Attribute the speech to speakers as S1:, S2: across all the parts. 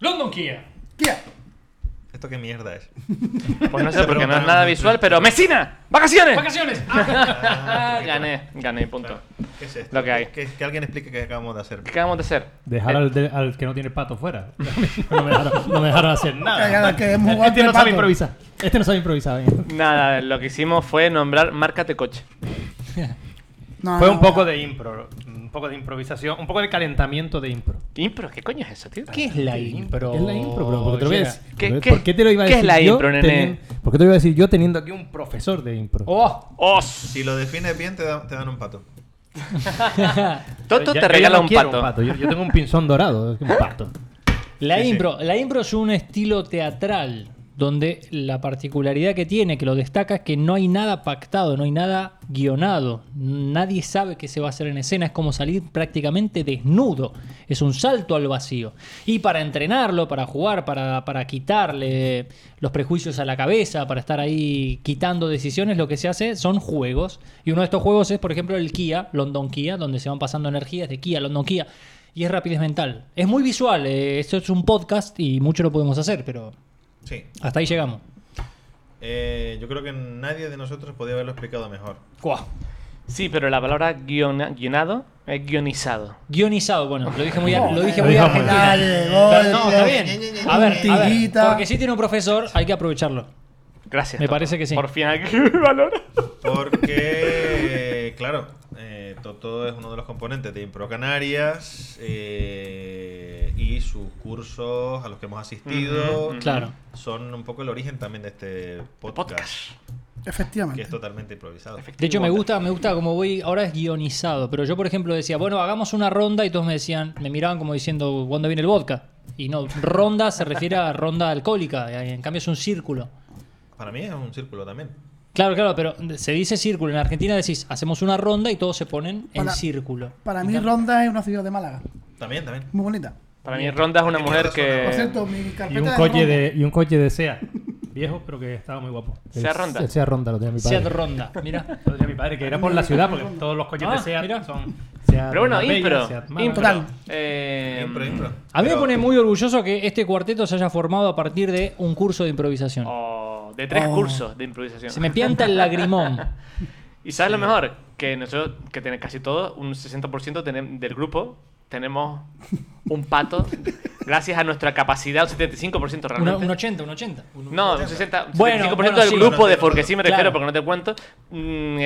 S1: London Kia.
S2: Kia.
S3: ¿Esto qué mierda es?
S4: Pues no sé,
S3: Se
S4: porque no es
S3: preguntaron
S4: nada
S3: mucho.
S4: visual, pero ¡Mesina! ¡Vacaciones!
S1: Vacaciones. Ah,
S4: Ah, gané, gané, punto.
S3: ¿Qué es esto?
S4: Lo que hay.
S3: Que, que alguien explique qué acabamos de hacer.
S4: ¿Qué acabamos de hacer?
S5: Dejar al, de- al que no tiene pato fuera. No me dejaron, no me dejaron hacer
S2: Callada,
S5: nada.
S2: que hemos jugado
S5: este
S2: de
S5: no sabe
S2: pato.
S5: improvisar. Este no sabe improvisar. venga.
S4: Nada, lo que hicimos fue nombrar marcas de coche.
S2: No,
S5: Fue
S2: no,
S5: un poco de impro, un poco de improvisación, un poco de calentamiento de impro.
S4: ¿Impro? ¿Qué coño es eso, tío?
S5: ¿Qué es la impro?
S2: ¿Qué es la impro, bro? Porque te lo voy a
S5: Llega.
S2: decir.
S4: ¿Qué-
S5: ¿Por
S4: qué-
S5: qué te lo iba a
S4: qué es
S5: decir
S4: la
S5: yo
S4: impro, nene?
S5: teni- ¿Por qué te lo iba a decir yo teniendo aquí un profesor de impro?
S4: ¡Oh! ¡Os!
S3: Si lo defines bien, te, da- te dan un pato.
S4: Toto
S5: Ya-
S4: te
S5: ya
S4: regala
S5: no
S4: un
S5: quiero
S4: pato.
S5: Yo, yo tengo un pinzón dorado, es que un pato.
S6: La
S3: Sí, sí.
S6: impro, la impro es un estilo teatral donde la particularidad que tiene, que lo destaca, es que no hay nada pactado, no hay nada guionado. Nadie sabe qué se va a hacer en escena, es como salir prácticamente desnudo. Es un salto al vacío. Y para entrenarlo, para jugar, para, para quitarle los prejuicios a la cabeza, para estar ahí quitando decisiones, lo que se hace son juegos. Y uno de estos juegos es, por ejemplo, el Kia, London Kia, donde se van pasando energías de Kia, London Kia. Y es rapidez mental. Es muy visual. eh, esto es un podcast y mucho lo podemos hacer, pero
S3: Sí.
S6: hasta ahí llegamos.
S3: Eh, yo creo que nadie de nosotros podía haberlo explicado mejor.
S4: Sí, pero la palabra guiona- guionado es guionizado.
S6: Guionizado, bueno, lo dije muy, a- lo dije
S5: lo
S6: muy
S5: dijo
S6: argentino.
S2: Dale,
S6: Pero No,
S2: gol,
S6: está
S2: gol.
S6: bien. A ver, a ver,
S2: Tirita.
S6: porque si tiene un profesor, hay que aprovecharlo.
S4: Gracias.
S6: Me
S4: Toto.
S6: parece que sí.
S4: Por fin alguien valora.
S3: Porque, eh, claro, eh, Toto es uno de los componentes de Impro Canarias eh, y sus cursos a los que hemos asistido
S4: Ujú, ujú.
S6: Claro.
S3: son un poco el origen también de este podcast,
S4: Podcast.
S3: que
S2: Efectivamente.
S3: es totalmente improvisado.
S6: De hecho, me gusta, me gusta como voy, ahora es guionizado, pero yo, por ejemplo, decía, bueno, hagamos una ronda y todos me decían, me miraban como diciendo, ¿cuándo viene el vodka? Y no, ronda se refiere a ronda alcohólica, eh, en cambio es un círculo.
S3: Para mí es un círculo también.
S6: Claro, claro, pero se dice círculo. En Argentina decís, hacemos una ronda y todos se ponen en
S2: Para-
S6: círculo.
S2: Para mí, Ronda es una ciudad de Málaga.
S3: También, también.
S2: Muy bonita.
S4: Para mí, Ronda es una
S3: Qué
S4: mujer
S3: mierda
S2: Por
S4: que.
S2: cierto, mi carpeta
S5: Eh, Y un
S2: de
S5: coche
S2: Ronda.
S5: de, y un coche de SEA. Viejo, pero que estaba muy guapo. El-
S4: Seat Ronda.
S5: El SEA Ronda lo tenía mi
S6: Seat
S5: padre.
S6: ronda, mira.
S5: Lo tenía mi padre, que era por la ciudad, porque todos los coches
S6: Ah,
S5: de SEA
S6: mira.
S5: son. Seat
S4: Pero bueno,
S5: Marbella,
S4: impro.
S5: Seat Málaga.
S4: Impro.
S2: Total.
S4: Eh,
S3: Impro, impro.
S6: A mí me
S3: Pero-
S6: pone muy orgulloso que este cuarteto se haya formado a partir de un curso de improvisación.
S4: oh, de tres
S2: Oh.
S4: cursos de improvisación.
S6: Se me pianta el lagrimón.
S4: Y sabes lo mejor, que nosotros, que tenemos casi todos, un 60% tenem- del grupo, tenemos un pato, gracias a nuestra capacidad, un 75%
S6: Una-
S4: realmente.
S6: un 80, un 80.
S4: no, un 60, un 75%
S6: Bueno, bueno,
S4: del
S6: sí.
S4: grupo de
S3: Claro.
S4: porque sí me refiero,
S6: Claro.
S4: porque no te cuento, mm, eh,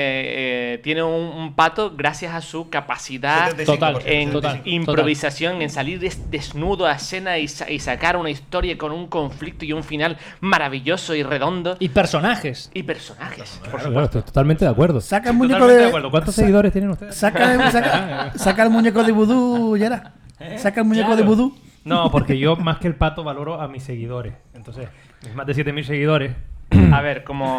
S4: eh, tiene un, un pato gracias a su capacidad
S3: 75%,
S6: Total,
S4: en
S6: total.
S4: improvisación, en salir des- desnudo a escena y, sa- y sacar una historia con un conflicto y un final maravilloso y redondo. Y,
S6: Y personajes.
S4: personajes.
S5: Claro, claro, estoy totalmente de acuerdo.
S2: Saca el muñeco
S5: Totalmente de
S2: de.
S5: acuerdo. ¿Cuántos seguidores tienen ustedes?
S2: Saca, saca, saca el muñeco de vudú, Yera. Saca el muñeco
S5: Claro.
S2: de vudú.
S5: No, porque yo más que el pato valoro a mis seguidores. Entonces, mis más de 7000 seguidores.
S6: Mm.
S4: A ver, como.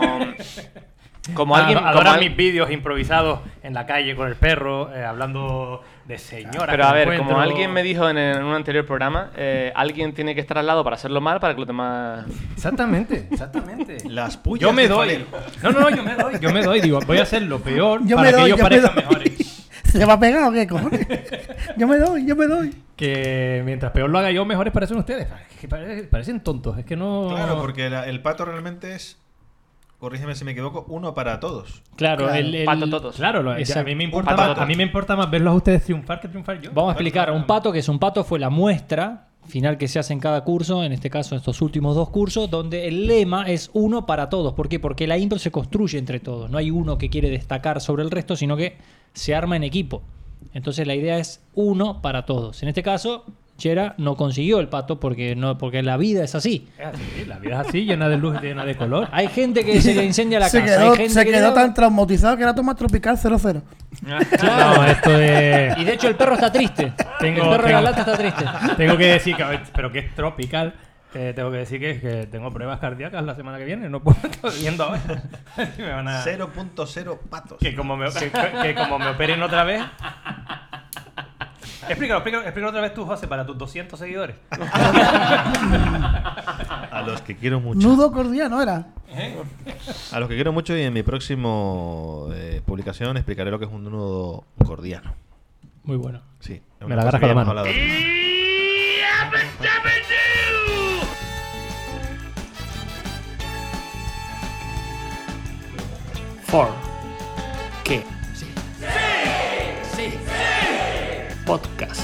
S4: Como alguien.
S5: Alguien
S4: como
S5: adora
S4: al-
S5: mis vídeos improvisados en la calle con el perro, eh, hablando de señoras.
S4: Pero
S5: que
S4: a
S5: me
S4: ver, como
S5: encuentro.
S4: alguien me dijo en, el- en un anterior programa, eh, alguien tiene que estar al lado para hacerlo mal para que los demás.
S5: Exactamente, exactamente.
S3: Las pullas
S5: Yo me
S3: de
S5: doy.
S3: Falero.
S5: No, no, yo me doy. Yo me doy. Digo, voy a hacer lo peor
S2: Yo
S5: para
S2: me doy,
S5: que ellos
S2: yo me
S5: parezcan
S2: doy.
S5: mejores.
S2: ¿Se va a pegar o qué, cojones? Yo me doy, yo me doy.
S5: Que mientras peor lo haga yo, mejores parecen ustedes. Es que pare- parecen tontos. Es que no.
S6: Oh.
S3: Claro, porque la- el pato realmente es, corrígeme si me equivoco, uno para todos.
S6: Claro,
S2: Claro.
S6: el, el-
S4: Pato todos.
S5: Claro, lo- ya, a,
S6: Exacto.
S5: mí me
S4: Un
S5: importa
S4: pato
S5: más, a
S4: total.
S5: mí me importa más verlos a ustedes triunfar que triunfar yo.
S6: Vamos a explicar. Un pato, que es un pato, fue la muestra final que se hace en cada curso, en este caso estos últimos dos cursos, donde el lema es uno para todos. ¿Por qué? Porque la impro se construye entre todos. No hay uno que quiere destacar sobre el resto, sino que se arma en equipo. Entonces la idea es uno para todos. En este caso, Chera no consiguió el pato porque, no, porque la vida es así.
S5: Es así, la vida es así, llena de luz, llena de color.
S6: Hay gente que se le incendia la
S2: se
S6: casa.
S2: quedó,
S6: hay gente
S2: se
S6: que
S2: quedó
S6: no.
S2: tan traumatizado que era toma tropical 00.
S6: Claro.
S5: No, esto es.
S6: Y de hecho el perro está triste.
S5: Tengo-
S6: el perro de
S5: tengo-
S6: la lata está triste.
S5: Tengo que decir que, a ver, pero que es tropical. eh, tengo que decir que, que tengo pruebas cardíacas la semana que viene. No puedo estar viendo ahora. Me van a-
S3: 0.0 patos.
S5: Que como, me, que, que como me operen otra vez. Explícalo, explícalo, explícalo otra vez tú, José, para tus 200 seguidores.
S3: A los que quiero mucho.
S2: Nudo cordiano era.
S3: A los que quiero mucho y en mi próximo eh, publicación explicaré lo que es un nudo cordiano.
S6: Muy bueno.
S3: Sí. es
S5: Me
S3: una
S5: la
S3: cosa
S5: agarras con la
S3: que ya hemos
S5: mano.
S3: hablado.
S6: Ford. ¿Qué? Sí. Podcast.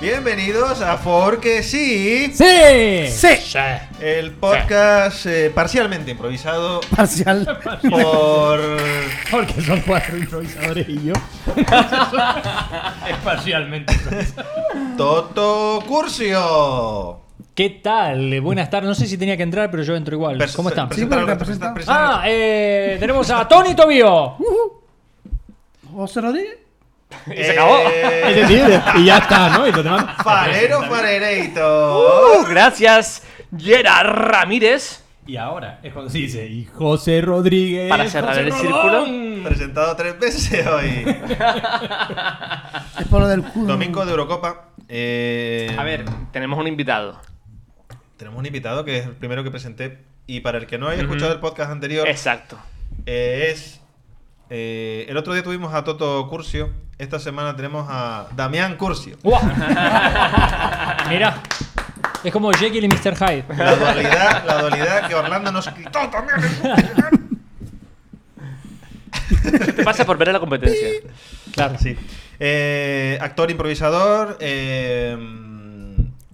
S3: Bienvenidos a Porque sí,
S6: ¡Sí!
S2: Sí.
S3: el podcast eh, parcialmente improvisado
S2: Parcial.
S3: por
S5: Porque son cuatro improvisadores y yo. es parcialmente.
S3: Toto Curcio.
S6: ¿Qué tal? Eh, Buenas tardes. No sé si tenía que entrar, pero yo entro igual.
S3: Pers-
S6: ¿Cómo están?
S2: Sí,
S3: presentar-
S2: pero que
S3: presentar-
S2: presenta-
S3: presentar-
S6: Ah, eh, tenemos a Tony Tobio.
S2: José Rodríguez.
S4: Y se acabó.
S3: Eh,
S5: y ya está, ¿no? Y lo demás.
S3: Farero Farereito.
S4: Uh, gracias, Gerard Ramírez.
S5: Y ahora es cuando se dice, y José Rodríguez.
S4: Para cerrar
S5: José
S4: el
S5: Rodón.
S3: Presentado tres veces hoy.
S2: Es por lo del culo.
S3: Domingo de Eurocopa. Eh,
S4: A ver, tenemos un invitado.
S3: Tenemos un invitado que es el primero que presenté. Y para el que no haya escuchado el podcast anterior,
S4: Exacto.
S3: eh, es. eh, el otro día tuvimos a Toto Curcio. Esta semana tenemos a Damián Curcio.
S6: Guau. Ah, Mirá. Es como Jekyll y Mr. Hyde.
S3: La dualidad, la dualidad que Orlando nos quitó también.
S4: ¿Qué te pasa por ver a la competencia?
S6: Claro.
S3: Sí. Eh, actor improvisador. eh,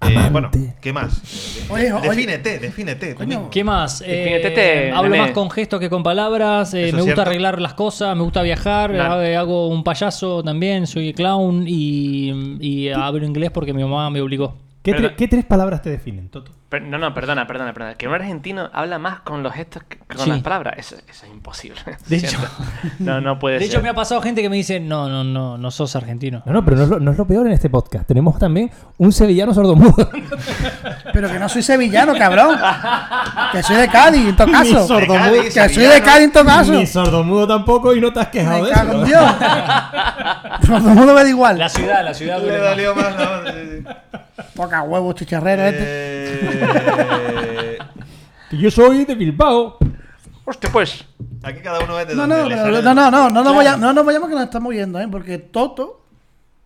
S3: eh, bueno, ¿qué más?
S2: Oye, oye.
S3: defínete, defínete. Domingo.
S6: ¿Qué más? Eh,
S4: Defínete, te-
S6: hablo
S4: nene.
S6: más con gestos que con palabras. eh,
S3: Eso
S6: me
S3: es
S6: gusta
S3: cierto.
S6: arreglar las cosas, me gusta viajar.
S4: Claro.
S6: eh, hago un payaso también, soy clown y, y hablo inglés porque mi mamá me obligó.
S5: ¿Qué, tre-
S4: Perdón.
S5: qué tres palabras te definen, Toto?
S4: Per- no, no, perdona, perdona, perdona. Que un argentino habla más con los gestos que con
S6: Sí.
S4: las palabras. Eso, eso es imposible. Lo
S6: De hecho-
S4: siento. No, no puede
S6: De
S4: ser.
S6: hecho, me ha pasado gente que me dice: No, no, no, no sos argentino.
S5: No, no, pero no es, lo, no es lo peor en este podcast. Tenemos también un sevillano sordomudo.
S2: Pero que no soy sevillano, cabrón. Que soy de Cádiz, en todo caso.
S5: sordo
S3: De Cádiz,
S2: Que soy de
S3: sevillano.
S2: Cádiz, en todo caso.
S5: Ni sordomudo tampoco y no te has quejado
S2: Me
S5: de
S2: cago
S5: eso.
S2: en Dios. Todo el mundo me da igual.
S6: La ciudad, Ah, la ciudad.
S3: Le
S6: duele más.
S3: dolió más la onda, sí, sí.
S2: Poca huevos, chicharrero este.
S3: Eh,
S5: Que Yo soy de Bilbao.
S4: Hostia, pues.
S3: aquí cada uno es de
S2: No,
S3: donde
S2: no,
S3: le
S2: pero-
S3: sale
S2: no,
S3: el-
S2: no, no, no, nos vaya- no nos vayamos que nos estamos yendo, ¿eh? porque Toto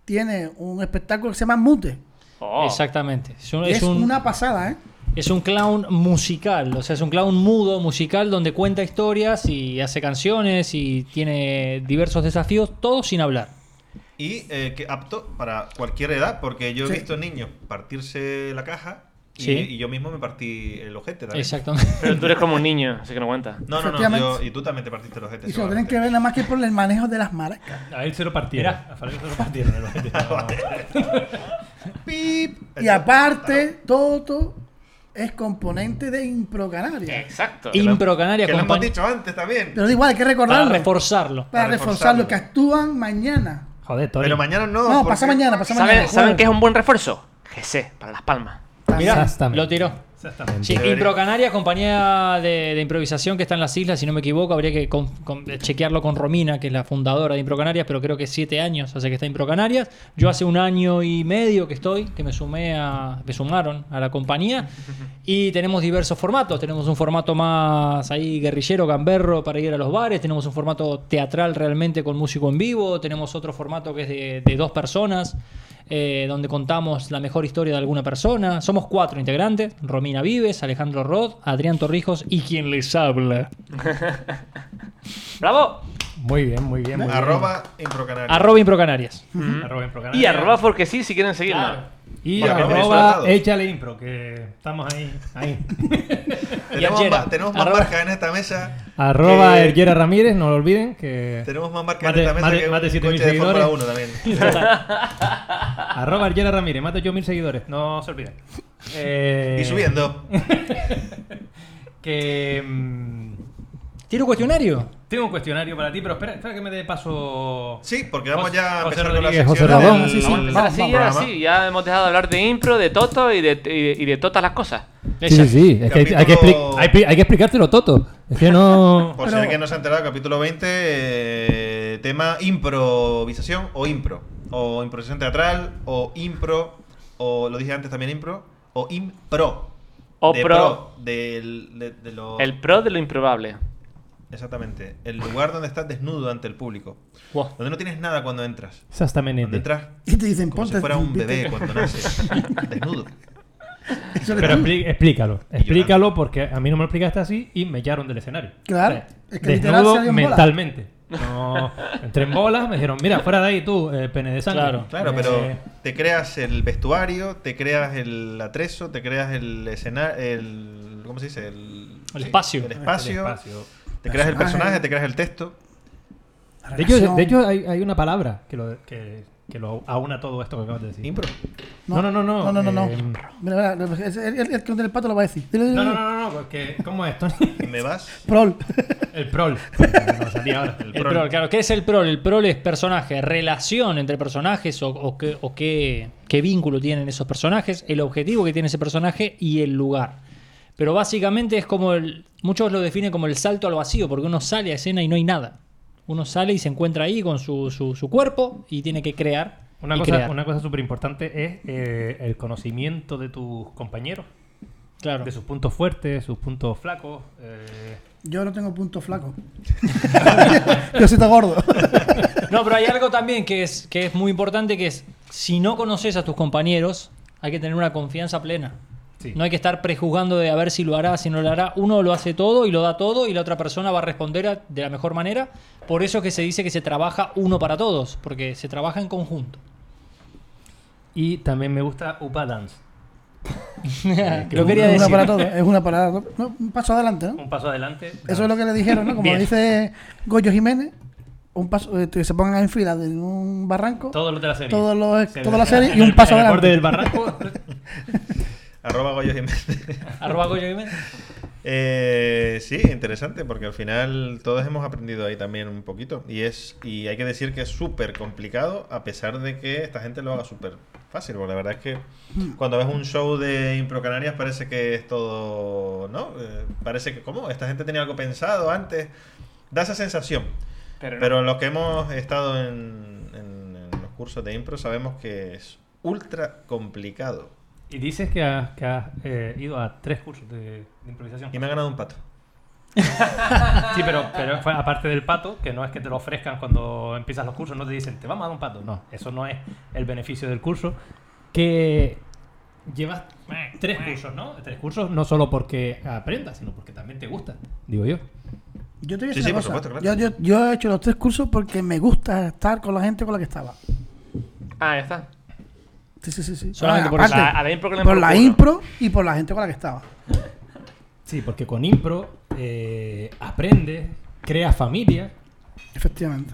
S2: tiene un espectáculo que se llama Mute.
S4: Oh.
S6: Exactamente. Es, un-
S2: Y
S6: es
S2: es
S6: un,
S2: una pasada, ¿eh?
S6: es un clown musical, o sea, es un clown mudo musical donde cuenta historias y hace canciones y tiene diversos desafíos, todo sin hablar.
S3: Y eh, que apto para cualquier edad, porque yo he
S2: Sí.
S3: visto niños partirse la caja y,
S6: Sí.
S3: y yo mismo me partí el ojete también.
S6: Exactamente.
S4: Pero tú eres como un niño, así que no cuenta.
S3: No, no, no.
S2: Efectivamente.
S3: yo- y tú también te partiste el ojete.
S2: Y se lo tienen que ver nada más que por el manejo de las maracas.
S5: A él se lo partieron. A Fabián se lo partieron. el ojete.
S2: Y aparte, Toto es componente de Impro Canarias.
S4: Exacto.
S6: Impro Canaria
S3: Que lo hemos
S6: compañ-
S3: dicho antes también.
S2: Pero da igual, hay que
S6: para
S2: recordarlo.
S6: reforzarlo.
S2: Para
S3: Para reforzarlo.
S2: reforzarlo, que actúan mañana.
S5: Joder, Tony.
S3: Pero mañana no.
S2: No,
S3: porque-
S2: pasa mañana, pasa mañana.
S4: ¿Saben, ¿Saben qué es un buen refuerzo? GC, para Las Palmas.
S6: Mirá,
S5: Exactamente.
S6: lo tiró.
S5: Exactamente.
S6: Sí,
S3: Debería.
S6: Impro Canarias, compañía de, de improvisación que está en las islas, si no me equivoco, habría que con- con- eh, chequearlo con Romina, que es la fundadora de Impro Canarias, pero creo que siete años hace que está Impro Canarias. Yo hace un año y medio que estoy, que me sumé a, me sumaron a la compañía y tenemos diversos formatos. Tenemos un formato más ahí guerrillero, gamberro para ir a los bares, tenemos un formato teatral realmente con músico en vivo, tenemos otro formato que es de, de dos personas eh, donde contamos la mejor historia de alguna persona. Somos cuatro integrantes: Romina Vives, Alejandro Rod, Adrián Torrijos y quien les habla.
S4: ¡Bravo!
S5: Muy bien, muy bien. Muy bien.
S3: Arroba improcanario.
S6: A Robin Pro Canarias.
S5: Mm. Arroba impro canal.
S4: Y arroba porque sí, si quieren seguirnos.
S5: Y
S3: Porque
S5: arroba
S3: hemos tratado.
S5: échale impro, que estamos ahí. ahí.
S3: Tenemos,
S6: Yera.
S3: ma- tenemos más
S6: Arroba-
S3: marcas en esta mesa.
S5: arroba
S3: que-
S5: Erguera Ramírez, no lo olviden. Que...
S3: Tenemos más marcas
S5: Mate-
S3: en esta mesa
S5: mate-
S3: que
S5: mate
S3: un
S5: 7.000
S3: coche de Fórmula
S5: seguidores.
S3: 1 también.
S5: Arroba Erguera Ramírez, mata yo mil seguidores. No se olviden. Eh,
S3: Y subiendo.
S5: Que. mm,
S6: ¿Tiene un cuestionario?
S5: Tengo un cuestionario para ti, pero espera, espera que me dé paso.
S3: Sí, porque vamos
S5: José-
S3: ya a
S5: José
S3: empezar con la
S5: Rodríguez,
S3: sección
S5: José
S3: del-
S2: Sí,
S5: Rodón.
S2: sí,
S3: vamos a empezar
S2: vamos,
S4: Así,
S3: el
S4: ya,
S3: programa.
S4: sí, ya hemos dejado de hablar de impro, de toto y de, y de, y de todas las cosas.
S6: Ella.
S5: sí.
S3: es que hay- hay que Capítulo- expli- hay pi-
S5: explicártelo, Toto. Es que no.
S3: Por
S2: Pero-
S3: si alguien no se ha enterado, capítulo 20, eh, tema improvisación o impro. O improvisación teatral, o impro, o lo dije antes también impro, o impro.
S4: O
S3: De
S4: pro.
S3: del- de, de lo-
S4: El pro de lo improbable.
S3: Exactamente. El lugar donde estás desnudo ante el público.
S6: Wow.
S3: Donde no tienes nada cuando entras. Donde
S5: Exactamente.
S3: entras
S2: Y te dicen,
S3: como
S2: ponte.
S3: si fuera un bebé cuando naces. desnudo.
S2: Eso eres
S5: Pero
S2: tú.
S5: expli- explícalo. Explícalo porque a mí no me lo explicaste así y me echaron del escenario.
S2: Claro,
S5: O sea,
S2: es que literal
S5: desnudo
S2: salió en bola.
S5: mentalmente. No, entré en bolas, me dijeron, mira, fuera de ahí tú, eh, pene de sangre.
S6: Claro.
S3: Claro,
S5: Eh,
S3: pero te creas el vestuario, te creas el atrezo, te creas el escenario, el ¿cómo se dice? El,
S6: El espacio.
S3: El
S5: el
S3: espacio.
S5: espacio.
S3: Te creas el personaje,
S2: Personaje.
S3: te creas el texto.
S2: La
S5: De hecho,
S2: relación.
S5: de hecho hay, hay una palabra que lo, que, que lo aúna todo esto que acabas de decir.
S3: Impro.
S5: No, no, no, no.
S2: No, no, no. no.
S5: Eh,
S2: Mira, mira, es- el, el que no tiene el pato lo va a decir. Dile, dile,
S5: No, no,
S2: dile.
S5: no, no, no, porque ¿cómo es, Tony?
S3: ¿Me vas?
S2: Prol.
S5: El prol. No, salía ahora.
S3: El
S6: El
S3: prol.
S6: prol, claro. ¿Qué es el prol? El prol es personaje, relación entre personajes o, o qué, o qué- qué vínculo tienen esos personajes, el objetivo que tiene ese personaje y el lugar. Pero básicamente es como el. Muchos lo definen como el salto al vacío, porque uno sale a escena y no hay nada. Uno sale y se encuentra ahí con su, su- su cuerpo y tiene que crear.
S5: Una
S6: y
S5: cosa,
S6: crear.
S5: una cosa súper importante es eh, el conocimiento de tus compañeros,
S6: Claro.
S5: de sus puntos fuertes, sus puntos flacos. eh,
S2: Yo no tengo punto flaco. Yo soy todo gordo.
S6: No, pero hay algo también que es, que es muy importante, que es, si no conoces a tus compañeros, hay que tener una confianza plena.
S5: Sí.
S6: No hay que estar prejuzgando de a ver si lo hará, si no lo hará. Uno lo hace todo y lo da todo y la otra persona va a responder a- de la mejor manera. Por eso es que se dice que se trabaja uno para todos, porque se trabaja en conjunto.
S5: y también me gusta Upa Dance. Eh,
S6: lo quería
S2: es una
S6: decir.
S2: para todo. Es una para todo. No, un paso adelante, ¿no?
S5: Un paso adelante.
S2: Eso es lo que le dijeron, ¿no? Como
S5: Bien.
S2: dice Goyo Jiménez, un paso, eh, que se pongan en fila de un barranco,
S5: Todo lo de la serie.
S2: todos los-
S5: Se
S2: toda
S5: ve.
S2: la serie y
S5: En
S2: un
S5: el-
S2: paso
S5: en el
S2: adelante.
S5: borde del barranco.
S3: Arroba Goyo Jiménez.
S6: Arroba Goyo Jiménez.
S3: Eh, sí, interesante, porque al final todos hemos aprendido ahí también un poquito. Y es y hay que decir que es súper complicado, a pesar de que esta gente lo haga súper fácil. Porque la verdad es que cuando ves un show de Impro Canarias parece que es todo. ¿No? Eh, parece que, ¿cómo? Esta gente tenía algo pensado antes. Da esa sensación.
S4: Pero no.
S3: Pero los que hemos estado en, en- en los cursos de impro sabemos que es ultra complicado.
S5: y dices que has, que has, eh, ido a tres cursos de, de improvisación.
S3: Y me ha ganado un pato.
S5: Sí, pero, pero fue aparte del pato, que no es que te lo ofrezcan cuando empiezas los cursos, no te dicen, te vamos a dar un pato. No, eso no es el beneficio del curso. Que llevas eh, tres cursos, ¿no? Tres cursos no solo porque aprendas, sino porque también te gusta, digo yo.
S2: Yo te voy a
S3: Sí,
S2: decir
S3: sí,
S2: una cosa.
S3: por supuesto,
S2: yo,
S3: claro.
S2: yo- yo he hecho los tres cursos porque me gusta estar con la gente con la que estaba.
S4: Ah, ya está.
S2: Sí, sí, sí. sí.
S6: Solamente por
S2: Aparte,
S4: eso. A- a la impro que le
S2: por
S4: han
S2: la
S4: propuesto.
S2: impro y por la gente con la que estaba.
S5: Sí, porque con impro eh, aprendes, creas familia.
S2: Efectivamente.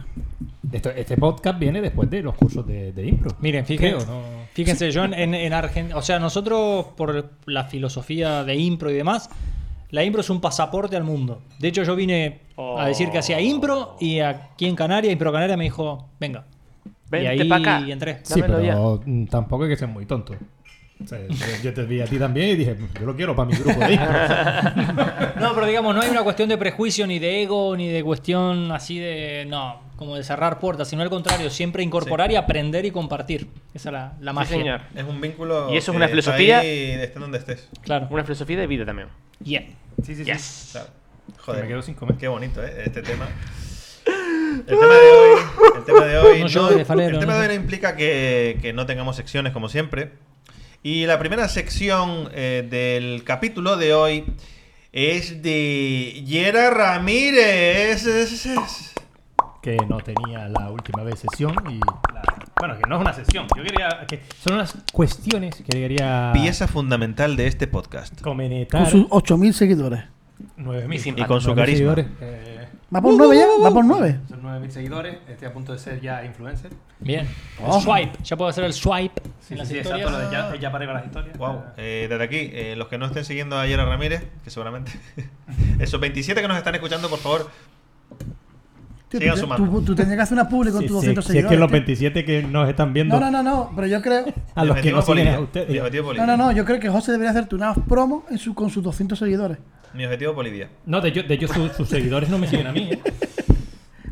S5: Esto- este podcast viene después de los cursos de, de impro.
S6: Miren, fíjense,
S5: Creo, ¿no?
S6: fíjense yo en, Argentina, o sea, nosotros por la filosofía de impro y demás, la impro es un pasaporte al mundo. De hecho, yo vine a decir que hacía impro y aquí en Canarias, Impro Canarias me dijo, venga. y
S4: Vente
S6: ahí
S4: pa' acá.
S6: entré.
S5: Sí,
S4: Dámelo
S5: pero mm, tampoco hay que ser muy tonto. O sea, yo, yo te vi a ti también y dije, yo lo quiero para mi grupo de impro.
S6: No, pero digamos, no hay una cuestión de prejuicio, ni de ego, ni de cuestión así de, no, como de cerrar puertas, sino al contrario, siempre incorporar y aprender y compartir. Esa es la, la
S4: Sí,
S6: magia.
S4: señor.
S3: Es un vínculo.
S4: Y eso es
S3: que
S4: una
S3: está
S4: filosofía.
S3: ahí, esté donde estés.
S6: Claro.
S4: Una filosofía de vida también.
S6: Yeah.
S5: Sí, sí, sí.
S4: Yes.
S3: Claro.
S5: Que me quedo sin comer.
S3: Qué bonito, ¿eh? Este tema. El tema de hoy. El tema de hoy.
S6: No
S3: no-
S6: llores, Falero,
S3: el tema
S6: no
S3: de hoy no implica que, que no tengamos secciones como siempre. Y la primera sección eh, del capítulo de hoy es de Yera Ramírez.
S5: Que no tenía la última vez sesión y... la- Bueno, que no es una sesión. Yo quería... Que son unas cuestiones que
S6: Ah.
S5: quería...
S3: Pieza fundamental de este podcast.
S5: Comentar.
S2: Con sus 8.000 seguidores.
S5: 9.000.
S4: sin
S3: Y con su
S5: 9.000
S3: carisma.
S5: seguidores. Eh,
S2: ¿Va por 9 ya? ¿Va por 9?
S5: son 9.000 seguidores. Estoy a punto de ser ya influencer.
S6: Bien.
S4: Oh.
S6: El swipe. Ya puedo hacer el swipe en las historias.
S5: exacto, lo de ya, ya para arriba las historias.
S3: Wow,
S5: Eh,
S3: desde aquí, eh, los que no estén siguiendo a Yera Ramírez, que seguramente. esos 27 que nos están escuchando, por favor,
S2: Tío,
S3: Siga
S2: tú-
S3: sumando.
S2: Tú, tú tendrías que hacer una publi con
S5: sí,
S2: tus
S5: sí,
S2: 200
S5: si es
S2: seguidores.
S5: que los
S2: tío.
S5: 27 que nos están viendo...
S2: No, no, no, no, pero yo creo.
S5: A los que
S3: Objetivo
S5: no siguen
S3: político.
S5: a
S3: Mi
S5: ustedes.
S3: objetivo
S2: No,
S3: político.
S2: no, no, yo creo que José debería hacerte unas promos en su, con sus 200 seguidores.
S3: Mi objetivo Polivia.
S5: No, de hecho, de hecho su- sus seguidores no me siguen a mí, ¿eh?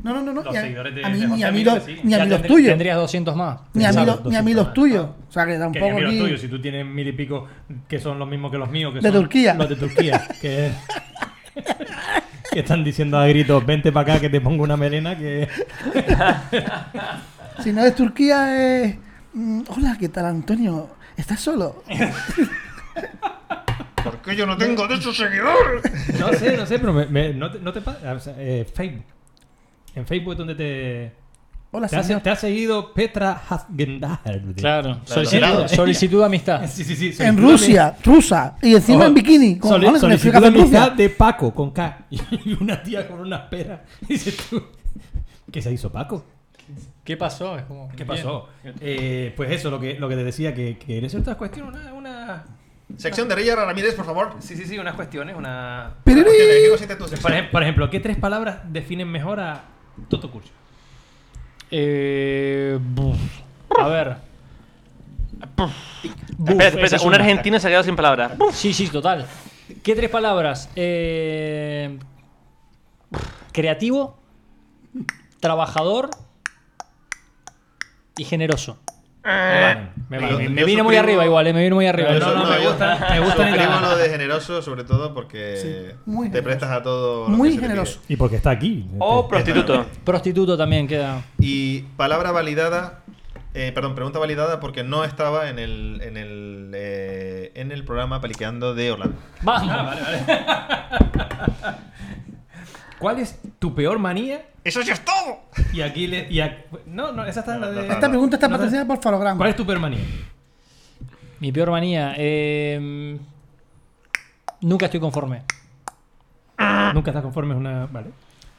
S2: No, no, no, no.
S5: Los
S2: y a,
S5: seguidores de-
S2: a mí,
S5: de
S2: ni
S5: José
S2: a mí
S5: Miguel,
S2: los,
S5: sí.
S2: ni
S6: Ya
S2: a mí los
S6: tendr-
S2: tuyos.
S6: Tendrías 200 más.
S2: Ni a mí,
S5: Pensaba
S2: los-
S5: los
S2: ni a mí
S5: 200
S2: los tuyos. O sea, que
S5: Que
S2: tampoco
S5: ni a mí los
S2: aquí-
S5: tuyos, si tú tienes mil y pico que son los mismos que los míos. Que
S2: De
S5: son
S2: Turquía.
S5: Los de Turquía. Que, que están diciendo a gritos, vente para acá que te pongo una melena que...
S2: Si no es Turquía, es. mm, Hola, ¿qué tal, Antonio? ¿Estás solo?
S3: ¿Por qué yo no tengo de esos seguidores?
S5: No sé, no sé, pero me- me- no te, no te pasa. o sea, eh, Facebook. En Facebook es donde te.
S2: Hola,
S5: Te, hace-
S2: señor.
S5: te ha seguido Petra Hasgendar.
S6: Claro,
S3: helado.
S6: solicitud, solicitud de amistad.
S5: Sí, sí, sí.
S2: En
S5: solicitud
S2: Rusia, rusa. Y encima
S5: Ojo,
S2: en bikini. Con
S5: soli-
S2: cojones, que me
S5: solicitud
S2: fui a
S5: de
S2: Catar
S5: amistad
S2: Rusia.
S5: de Paco con K. Y una tía con una pera. Dices tú. ¿Qué se hizo Paco?
S6: ¿Qué pasó? Es como,
S5: ¿Qué pasó? Eh, pues eso, lo que, lo que te decía, que, que en ciertas cuestiones, una, una.
S3: Sección de Reyes Ramírez, por favor.
S5: Sí, sí, sí, unas cuestiones, una.
S2: Piriri.
S3: Porque digo, siete tu
S5: Por,
S3: sección.
S5: ejem- por ejemplo, ¿qué tres palabras definen mejor a Toto Curcio?
S6: Eh, buf. a ver. Buf,
S4: espera,
S6: esa
S4: espera,
S6: es
S4: un
S6: una.
S4: argentino se ha quedado sin palabras.
S6: Sí, sí, total. ¿Qué tres palabras? Eh, creativo, trabajador y generoso.
S5: Me valen, me
S3: Yo-
S5: valen.
S3: yo
S6: Me vino muy
S3: suscribo-
S6: arriba igual, eh, me vino muy arriba.
S5: Pero
S3: Yo
S5: no,
S3: soy-
S5: no, me
S3: yo
S5: gusta- me gusta
S3: suscribo
S5: el-
S3: lo de generoso, sobre todo porque
S2: Sí, muy
S3: te
S2: generoso.
S3: prestas a todo. lo
S2: Muy
S3: que se te
S2: generoso.
S5: Y porque está aquí. Este,
S4: O prostituto.
S6: Prostituto también queda.
S3: pide. Y palabra validada. eh, perdón, pregunta validada porque no estaba en el, en el, eh, en el programa Peliqueando de Orlando.
S5: Ah,
S6: Vamos.
S5: ¿Cuál es tu peor manía?
S3: ¡Eso sí es todo!
S5: Y aquí le. y a- no, no, esa está en la de.
S2: Esta pregunta está
S5: No, no.
S2: patrocinada por Farograma.
S5: ¿Cuál es tu peor manía?
S6: Mi peor manía. eh, nunca estoy conforme.
S5: Nunca estás conforme es una. Vale.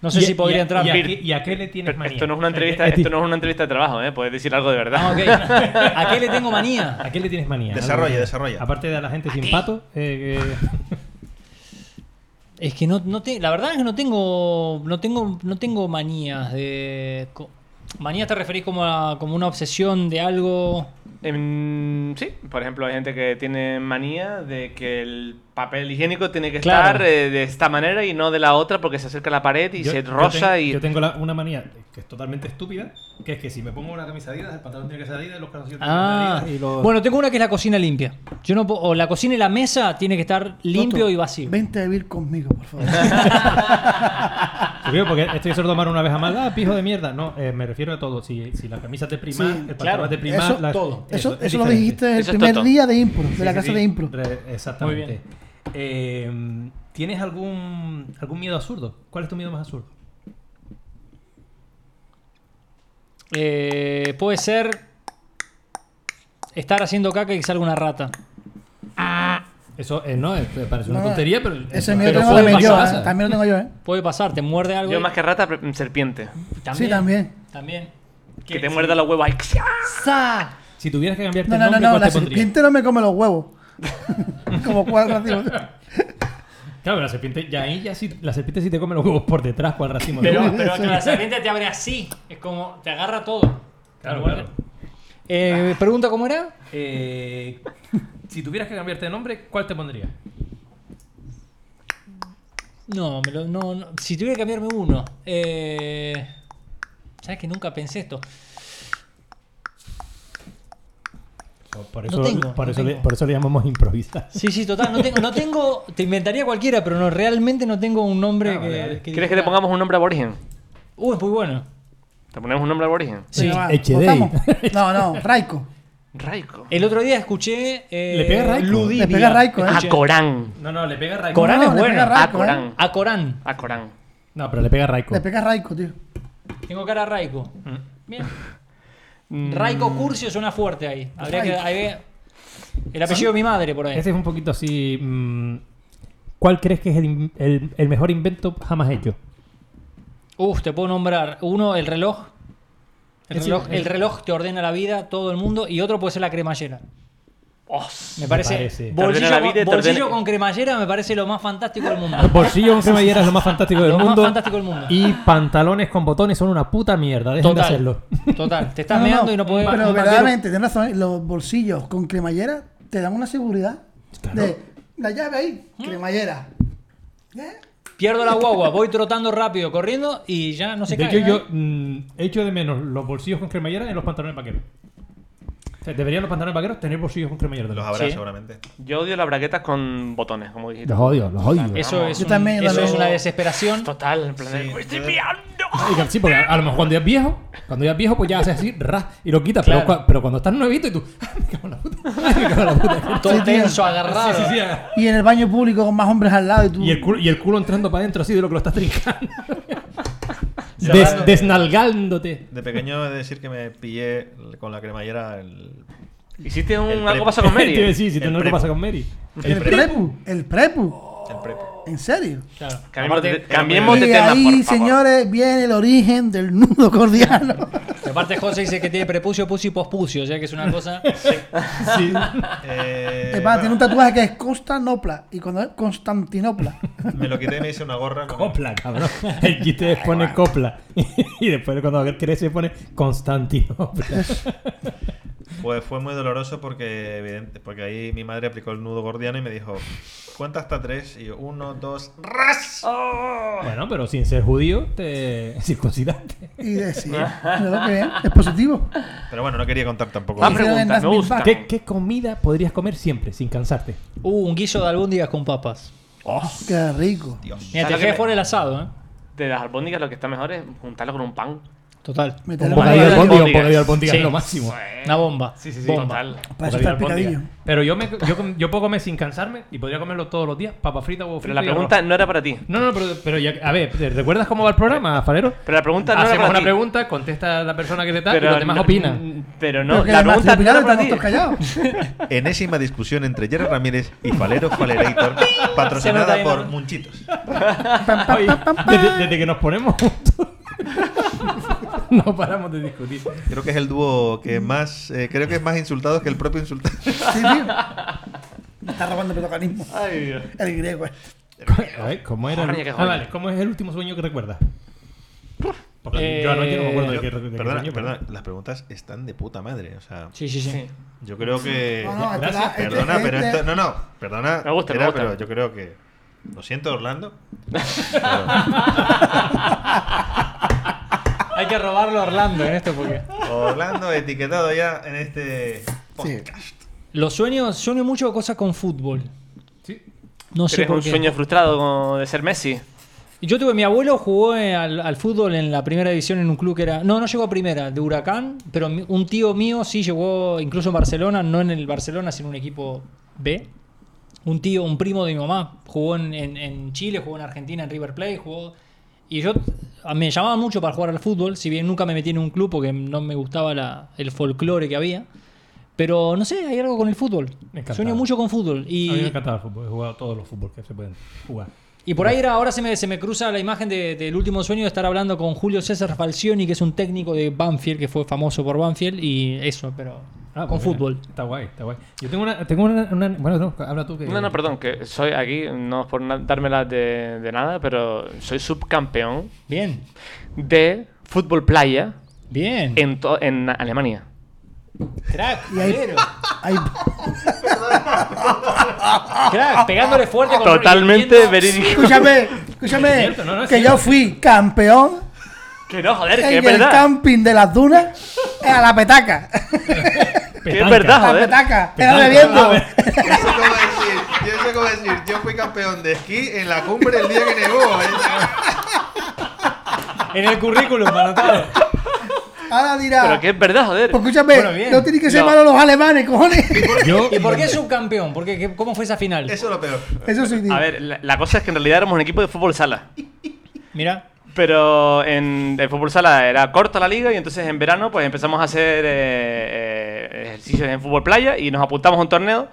S6: No sé
S5: Y-
S6: si podría
S5: y a-
S6: entrar.
S5: ¿Y a, qué, y a qué le tienes
S4: Pero
S5: manía?
S4: Esto no es una entrevista,
S5: Eh, eh,
S4: esto no es una entrevista de trabajo, ¿eh? Puedes decir algo de
S6: Ah,
S4: verdad.
S6: ok. ¿A qué le tengo manía?
S5: ¿A qué le tienes manía?
S3: Desarrolla,
S5: Algo-
S3: desarrolla.
S5: Aparte de a la gente sin pato. eh, que-
S6: Es que no, no te, la verdad es que no tengo, no tengo, no tengo manías de. co- Manías te referís como a como una obsesión de algo.
S4: Em, sí, por ejemplo, hay gente que tiene manía de que el papel higiénico tiene que
S6: Claro.
S4: estar eh, de esta manera y no de la otra porque se acerca a la pared y
S5: yo-
S4: se
S5: yo
S4: rosa
S5: tengo-
S4: y...
S5: Yo tengo la- una manía que es totalmente estúpida, que es que si me pongo una camisa Adidas, el pantalón tiene que ser Adidas, los calzoncillos tienen que ser
S6: Ah,
S5: Adidas y los-
S6: bueno, tengo una que es la cocina limpia. Yo no puedo- o la cocina y la mesa tiene que estar limpio
S2: Toto,
S6: y vacío.
S2: Vente a vivir conmigo, por favor.
S5: Te digo, porque estoy solo tomar una vez a más. Ah, pijo de mierda. No, eh, me refiero a todo. Si, si la camisa te prima,
S2: Sí,
S5: el pantalón
S6: claro.
S5: te prima,
S6: Eso,
S5: la-
S6: todo.
S2: Eso,
S5: es
S2: eso lo
S5: diferente.
S2: dijiste el
S4: Eso es
S2: primer
S4: Toto.
S2: día de Impro, de
S5: Sí,
S2: la
S5: sí,
S2: casa
S5: sí.
S2: de Impro.
S5: Re- exactamente.
S6: Muy bien.
S5: Eh, ¿Tienes algún, algún miedo absurdo? ¿Cuál es tu miedo más absurdo?
S6: Eh, puede ser estar haciendo caca y que salga una rata.
S5: Eso eh, no, es- parece una
S2: No,
S5: tontería, pero. eh,
S2: Ese
S5: pero
S2: miedo tengo
S5: puede
S2: también yo,
S5: pasar.
S2: ¿eh? También lo tengo yo, ¿eh?
S6: Puede pasar, te muerde algo.
S4: Yo
S6: y-
S4: más que rata, pre- mm, serpiente.
S2: Sí, también.
S6: También.
S4: Que te muerda los huevos. ahí.
S2: ¡Sa!
S5: Si tuvieras que cambiarte
S2: No,
S5: el
S2: no, no,
S5: nombre,
S2: no,
S5: ¿cuál
S2: la
S5: te pondrías?
S2: serpiente no me come los huevos. Como cuatro racimos.
S5: Claro, la serpiente, ya ahí ya sí, la serpiente sí te come los huevos por detrás, cual racimo. de
S6: Pero,
S5: huevos.
S6: pero que la serpiente te abre así. Es como, te agarra todo.
S5: Claro, claro.
S6: Eh, pregunta cómo era.
S5: Eh, si tuvieras que cambiarte de nombre, ¿cuál te pondrías?
S6: No, me lo- no, no. si tuviera que cambiarme uno. Eh, Sabes que nunca pensé esto.
S5: Por, por eso,
S6: No tengo,
S5: por,
S6: no
S5: eso Le,
S6: tengo.
S5: por eso le llamamos improvisar.
S6: Sí, sí, total. No tengo, no tengo te inventaría cualquiera, pero no, realmente no tengo un nombre
S5: Ah,
S6: que,
S5: vale, vale.
S4: ¿Quieres que te pongamos un nombre aborigen?
S6: Uh, es muy bueno.
S4: ¿Te ponemos un nombre aborigen?
S6: Sí.
S2: Venga, va,
S5: HD.
S2: votamos. No, no, Raiko.
S4: Raico.
S5: Eh,
S6: El otro día escuché. eh,
S5: Le pega Raico.
S6: Ludivia.
S2: Le pega Raico, ¿eh?
S6: Escuché-
S4: A Corán.
S5: No, no, le pega Raiko.
S6: Corán
S2: No,
S6: es
S2: le
S6: bueno.
S2: pega
S6: A,
S2: Raiko, ¿eh?
S4: Corán.
S6: a Corán.
S4: A Corán.
S5: No, pero le pega Raiko.
S2: Le pega Raiko, tío.
S6: Tengo cara a Raico. Bien. Raico Curcio suena fuerte ahí. Habría que,
S2: Raico.
S6: habría- el apellido de mi madre por ahí.
S5: Ese es un poquito así. mm, ¿Cuál crees que es el, in- el- el mejor invento jamás hecho?
S6: Uf, te puedo nombrar. Uno, el reloj. El,
S5: Ese-
S6: reloj, el
S5: eh,
S6: reloj te ordena la vida, todo el mundo. Y otro puede ser la cremallera.
S4: Os.
S6: Me parece.
S5: parece.
S4: Te
S6: Bolsillo,
S4: ordena la
S6: con-
S4: vida y te
S6: bolsillo
S4: ordena-
S6: con cremallera me parece lo más fantástico del mundo.
S5: Bolsillo con cremallera es lo más fantástico del
S6: Lo más
S5: mundo.
S6: fantástico del mundo.
S5: Y pantalones con botones son una puta mierda. Dejen de hacerlo.
S6: Total. Te estás meando y no puedes.
S2: Pero verdaderamente, tienes razón, ¿eh? los bolsillos con cremallera te dan una seguridad. De la llave ahí, cremallera. ¿Eh?
S6: Pierdo la guagua, voy trotando rápido, corriendo y ya no se
S5: De
S6: cae.
S5: hecho, yo mm, echo de menos los bolsillos con cremallera en los pantalones vaqueros. O sea, deberían los pantalones vaqueros tener bolsillos con cremallera.
S3: Los
S5: también.
S3: habrá
S6: Sí.
S3: seguramente.
S4: Yo odio las braguetas con botones, como dijiste.
S5: Los odio, los odio.
S6: Eso es,
S2: Yo
S6: un-
S2: también,
S6: eso
S2: también.
S6: es una desesperación.
S4: Total, en plan de, "Pues
S3: Sí,
S4: "Me estoy
S3: yo-
S4: pillando".
S5: Y que- sí, porque a, a lo mejor cuando ya es viejo, cuando ya es viejo, pues ya haces así, ras, y lo quitas. Pero,
S4: Claro.
S5: cua- pero cuando estás nuevito y tú, "Ay, me cago en la puta, ay, me cago en la puta.
S6: Todo
S2: Sí, tío.
S6: tenso, agarrado.
S5: Sí, sí, sí.
S2: Y en el baño público con más hombres al lado y tú.
S5: Y el, culo, y el culo entrando para adentro así de lo que lo estás trincando. Des-
S3: Cerrando.
S5: desnalgándote.
S3: De pequeño he de decir que me pillé con la cremallera el,
S4: Hiciste
S3: El
S4: un
S3: pre-
S4: algo pasa
S5: Te
S4: con
S5: iba a
S4: Mary.
S5: decir, si te
S3: El
S5: no lo
S3: prep.
S5: pasa con Mary.
S2: el prepu. El prepu.
S3: el prepo.
S2: ¿En serio?
S4: Cambiemos de,
S6: Aparte-
S4: cambiemos
S2: Y
S4: de
S2: de
S4: tema,
S2: ahí,
S4: por favor.
S2: señores, viene el origen del nudo cordiano.
S6: Aparte, José dice que tiene prepucio, pucio y pospucio, o sea que es una cosa.
S5: Sí.
S3: Eh,
S2: Es más, tiene un
S3: bueno,
S2: tatuaje que es Constantinopla. Y cuando es Constantinopla.
S3: me lo quité y me hice una gorra. con-
S5: Copla, cabrón. El chiste es pone copla. Y después cuando crece pone Constantinopla.
S3: Pues fue muy doloroso porque, evidente, porque ahí mi madre aplicó el nudo gordiano y me dijo, cuenta hasta tres. Y yo, uno, dos, ¡ras!
S5: Bueno, pero sin ser judío, te circuncidaste.
S2: Y decir, que bien, es positivo.
S3: Pero bueno, no quería contar tampoco.
S4: Más
S2: Sí,
S4: preguntas, me
S2: sí,
S4: gusta.
S5: ¿Qué, qué comida podrías comer siempre sin cansarte?
S6: Uh, un guiso de albóndigas con papas.
S5: Oh.
S2: Qué rico.
S3: Dios.
S6: Mira, te
S4: ¿Sabes lo que
S6: quedé
S4: me-
S6: fuera el asado, ¿eh?
S4: De las albóndigas lo que está mejor es juntarlo con un pan.
S6: Total.
S2: Meter
S5: Un
S2: la
S5: bocadillo
S2: mano
S5: de
S2: en
S5: albóndiga, un
S4: albóndigas.
S5: bocadillo de albóndiga
S6: Sí.
S5: es lo máximo. eh.
S6: Una bomba.
S4: Sí, sí, sí.
S6: Bomba.
S4: Total.
S2: la- Para eso está el
S5: Albóndiga.
S2: picadillo.
S5: Pero yo, me, yo, yo puedo comer sin cansarme y podría comerlo todos los días, papa frita, huevo
S4: Pero
S5: frito
S4: la
S5: y arroz.
S4: pregunta no era para ti.
S5: No, no, pero, pero ya, a ver, ¿te ¿recuerdas cómo va el programa, Farero?
S4: Pero la pregunta no era
S5: Hacemos
S4: para
S5: una
S4: ti.
S5: pregunta, contesta la persona que te está y
S4: Pero
S5: los demás
S4: no-
S5: opinan.
S4: Pero
S2: Pero
S4: no,
S2: que
S4: la
S2: además,
S4: pregunta
S2: si
S4: no era
S2: opinamos,
S4: para
S2: estamos
S4: ti.
S2: todos callados.
S3: Enésima discusión entre Jerry Ramírez y Falero Falerator,
S6: Se
S3: patrocinada
S6: me está
S3: por
S6: yendo.
S3: Munchitos.
S5: Oye, desde, desde que nos ponemos juntos, no paramos de discutir.
S3: Creo que es el dúo que más. eh, creo que es más insultado que el propio insultado.
S2: Sí, tío. Me está robando el protagonismo.
S4: Ay, Dios.
S2: El griego. este.
S5: A ver, ¿cómo era?
S4: Coño, qué
S5: el- Ah,
S4: joya.
S5: vale, ¿cómo es el último sueño que recuerdas? Porque yo anoche no me acuerdo de qué, de qué
S3: Perdona,
S5: sueño, pero-
S3: perdona, las preguntas están de puta madre. O sea,
S6: Sí, sí, sí.
S4: Sí.
S3: yo creo que.
S2: No, no, este
S5: Eh, gracias.
S2: la- este-
S3: Perdona, pero
S2: este-
S3: esto. No, no, perdona.
S4: Me gusta, me
S3: era,
S4: gusta.
S3: pero yo creo que. Lo siento, Orlando.
S6: Hay que robarlo a Orlando en esto porque.
S3: Orlando etiquetado ya en este
S2: Sí.
S3: podcast.
S6: Los sueños, sueño mucho cosas con fútbol.
S5: Sí.
S6: No sé
S4: Pero es
S6: por
S4: un
S6: qué.
S4: sueño frustrado como de ser Messi.
S6: Yo tuve, mi abuelo jugó eh, al, al fútbol en la primera división en un club que era. No, no llegó a primera, de Huracán, pero mi- un tío mío sí llegó incluso en Barcelona, no en el Barcelona, sino en un equipo B. Un tío, un primo de mi mamá, jugó en, en- en Chile, jugó en Argentina, en River Plate, jugó. Y yo a- me llamaba mucho para jugar al fútbol, si bien nunca me metí en un club porque no me gustaba la- el folclore que había. Pero no sé, hay algo con el fútbol.
S5: Me encantaba.
S6: Sueño mucho con fútbol. Y,
S5: A mí me encantaba el fútbol, he jugado todos los fútbol que se pueden jugar.
S6: y por ahí era, ahora se me, se me cruza la imagen de- del último sueño de estar hablando con Julio César Falcioni, que es un técnico de Banfield, que fue famoso por Banfield, y eso, pero
S5: Ah,
S6: con
S5: pues mira,
S6: fútbol.
S5: Está guay, está guay. Yo tengo una. Tengo una, una- bueno, no, habla tú que.
S4: No, no, perdón, que soy aquí, no es por na- dármelas de, de nada, pero soy subcampeón
S6: Bien,
S4: de fútbol playa
S6: bien.
S4: en, to- en Alemania.
S6: Crack,
S2: Y ahí-
S6: pero-
S2: ahí-
S6: crack, pegándole fuerte con
S4: Totalmente
S6: rompiendo-
S4: verídico.
S2: Escúchame, escúchame.
S5: cierto, no, no es
S2: que yo fui campeón
S4: Que no, joder, que es
S2: en el
S4: verdad.
S2: camping de las dunas a la petaca.
S4: Que es verdad,
S2: La
S4: joder.
S2: petaca. Era
S5: Petanca. A
S2: bebiendo.
S5: ver.
S3: Yo sé cómo decir, yo sé cómo decir, yo fui campeón de esquí en la cumbre el día que nevó. ¿eh?
S5: En el currículum, anotado.
S2: Ahora dirá.
S4: Pero que es verdad, joder.
S2: Pues escúchame,
S5: Bueno, bien.
S2: no tienen que ser
S4: No.
S2: malos los alemanes, cojones.
S5: Yo.
S6: ¿Y por qué subcampeón? ¿Por qué? ¿Qué- ¿Cómo fue esa final?
S3: Eso es lo peor.
S2: Eso sí, tío.
S4: A ver, la, la cosa es que en realidad éramos un equipo de fútbol sala.
S6: Mira,
S4: Pero en el fútbol sala era corta la liga y entonces en verano pues empezamos a hacer eh, eh, ejercicios en fútbol playa y nos apuntamos a un torneo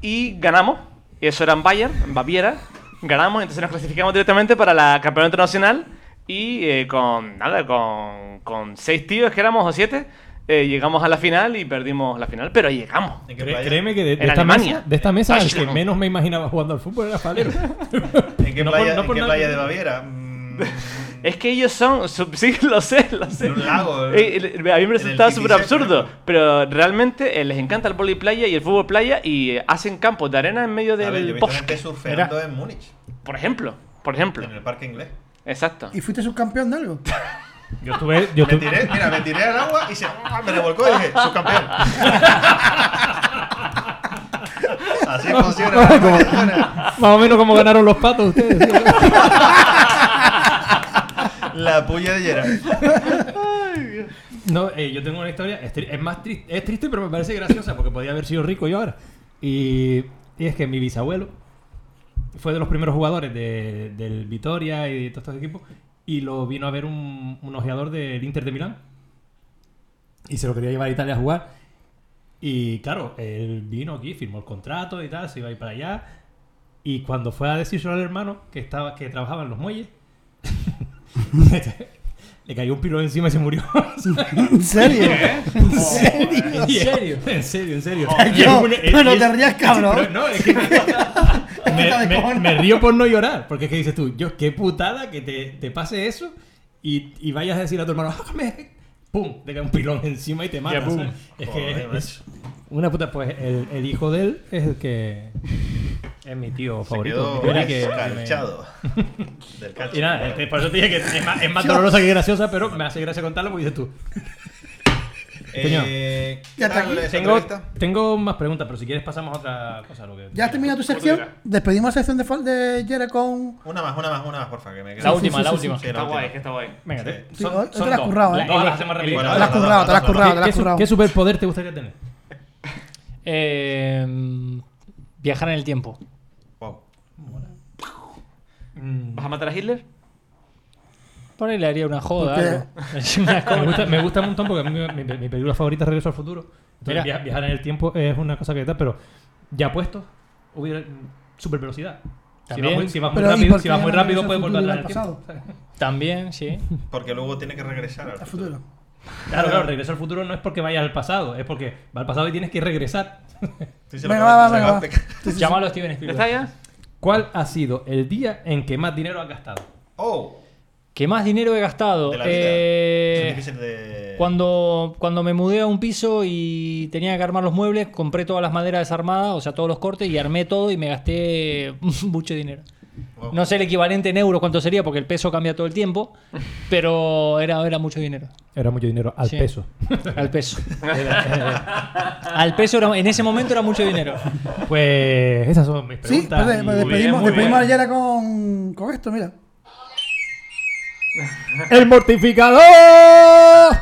S4: y ganamos. Y eso era en Bayern, en Baviera. Ganamos y entonces nos clasificamos directamente para la campeonato internacional y eh, con nada, con, con seis tíos que éramos o siete, eh, llegamos a la final y perdimos la final, pero llegamos.
S3: ¿En qué
S5: Cre-
S3: playa?
S5: créeme que de, de
S4: En
S5: esta
S4: Alemania.
S5: mesa, de esta mesa el que
S4: Deutschland.
S5: menos me imaginaba jugando al fútbol era Falero.
S3: ¿En qué
S5: No por-
S3: playa,
S5: no
S3: en
S5: por
S3: qué
S5: nada.
S3: playa de Baviera? Mm,
S4: Es que ellos son. sub- Sí, lo sé, lo sé.
S3: En un lago,
S4: Eh, el- el- a mí
S3: en
S4: me
S3: el
S4: resultaba súper
S3: Titicaca.
S4: absurdo. Pero realmente eh, les encanta el vóley playa y el fútbol playa y eh, hacen campos de arena en medio
S3: a ver, yo he
S4: del
S3: visto
S4: bosque.
S3: gente surfeando en Múnich,
S4: Por ejemplo. Por ejemplo.
S3: en el parque inglés.
S4: Exacto.
S2: ¿Y fuiste subcampeón de algo?
S5: Yo estuve. Yo
S3: Me
S5: estuve-
S3: tiré, mira, me tiré al agua y se, ¡ah! me revolcó y dije, subcampeón. Así funciona. la
S5: Más o menos como ganaron los patos ustedes.
S3: La La puya de Gerard.
S5: No, eh, yo tengo una historia. Es, tri- es más triste, es triste, pero me parece graciosa porque podía haber sido rico yo ahora. Y, y es que mi bisabuelo fue de los primeros jugadores de- del Vitoria y de todos estos equipos. Y lo vino a ver un, un ojeador del Inter de Milán. Y se lo quería llevar a Italia a jugar. Y claro, él vino aquí, firmó el contrato y tal, se iba a ir para allá. Y cuando fue a decirlo al hermano que, estaba, que trabajaba en los muelles, le cayó un piro encima y se murió.
S2: ¿En serio?
S5: ¿eh?
S2: ¿En
S5: Oh.
S2: serio?
S6: ¿En serio?
S5: En serio, en serio.
S2: yo,
S5: Es una- es-
S2: pero
S5: es-
S2: te rías, cabrón.
S5: No, es que me, me- me río por no llorar, porque es que dices tú, yo qué putada que te, te pase eso y, y vayas a decir a tu hermano, "Ah, me-". ¡pum! Te cae un pilón encima y te mata.
S4: Ya, pum.
S5: ¿sabes? Es que
S3: Joder,
S5: es una puta, pues el, el hijo de él es el que es mi tío
S3: Se
S5: favorito. mi tío
S3: quedó
S5: era que- que me-
S3: calchado. Del Eh, calcho.
S5: Y nada, este, por eso te dije que es más, es más dolorosa que graciosa, pero me hace gracia contarlo porque dices tú.
S3: Eh, ¿qué
S2: Ya está
S3: tal
S2: aquí.
S3: esa
S5: Tengo,
S3: entrevista?
S5: tengo más preguntas, pero si quieres pasamos a otra cosa. Lo que
S2: ¿Ya has terminado tu sección?
S4: dirás.
S2: Despedimos la sección de, fal- de Jera con...
S3: Una más, una más, una más, porfa, que me queda.
S6: La última, la última.
S3: sí.
S4: Está guay, que está guay.
S5: Venga,
S3: Sí.
S5: te-
S2: Sí,
S5: son-
S2: hoy- hoy
S5: son
S2: te la has
S5: dos.
S2: currado, ¿eh?
S5: Dos las hacemos rapidito.
S3: Bueno,
S2: Te la has
S3: no, no,
S2: currado,
S3: no,
S2: te la has
S3: no, no.
S2: currado, te la
S5: ¿Qué,
S2: has
S5: su-
S2: currado.
S5: qué superpoder te gustaría tener?
S6: Eh, viajar en el tiempo.
S3: Wow.
S5: Mm,
S4: ¿Vas a matar a Hitler?
S6: Por ahí le haría una joda.
S2: ¿Por qué?
S6: algo. Una co-
S5: me, gusta, me gusta un montón porque a mí mi, mi- mi película favorita es Regreso al Futuro. Entonces,
S6: Mira.
S5: via- viajar en el tiempo es una cosa que tal, pero ya puesto, hubiera super velocidad. Si vas
S6: También.
S5: muy, si vas muy
S2: Pero, ¿y
S5: rápido,
S2: por
S5: si
S2: qué
S5: vas muy
S2: no
S5: rápido
S2: regresas
S5: puedes
S2: al
S5: volver
S2: futuro y
S5: atrás en el
S2: al
S5: tiempo.
S6: También, sí.
S3: Porque luego tiene que regresar al
S2: Al futuro.
S5: Claro, claro, regreso al futuro no es porque vayas al pasado, es porque va al pasado y tienes que regresar.
S3: Sí, se lo
S2: Venga,
S3: acaba-
S2: va,
S3: se
S2: va,
S3: lo
S2: venga, va.
S3: acaba-
S6: Llámalo a Steven
S4: ¿Está
S6: Spielberg.
S4: ya?
S5: ¿Cuál ha sido el día en que más dinero has gastado?
S3: Oh,
S6: ¿Qué más dinero he gastado?
S3: de la vida.
S6: Eh,
S3: Es difícil de-
S6: Cuando, cuando me mudé a un piso y tenía que armar los muebles, compré todas las maderas desarmadas, o sea, todos los cortes, y armé todo y me gasté mucho dinero.
S3: Wow.
S6: No sé el equivalente en euros cuánto sería, porque el peso cambia todo el tiempo, pero era, era mucho dinero.
S5: Era mucho dinero al
S6: Sí.
S5: peso.
S6: Al peso. Al peso era- en ese momento era mucho dinero.
S5: Pues esas son mis
S2: Sí,
S5: preguntas.
S2: pues, de-
S5: y-
S2: pues,
S4: bien,
S2: despedimos,
S4: muy
S2: despedimos a
S4: bien.
S2: Yara con, con esto, mira.
S5: ¡El mortificador!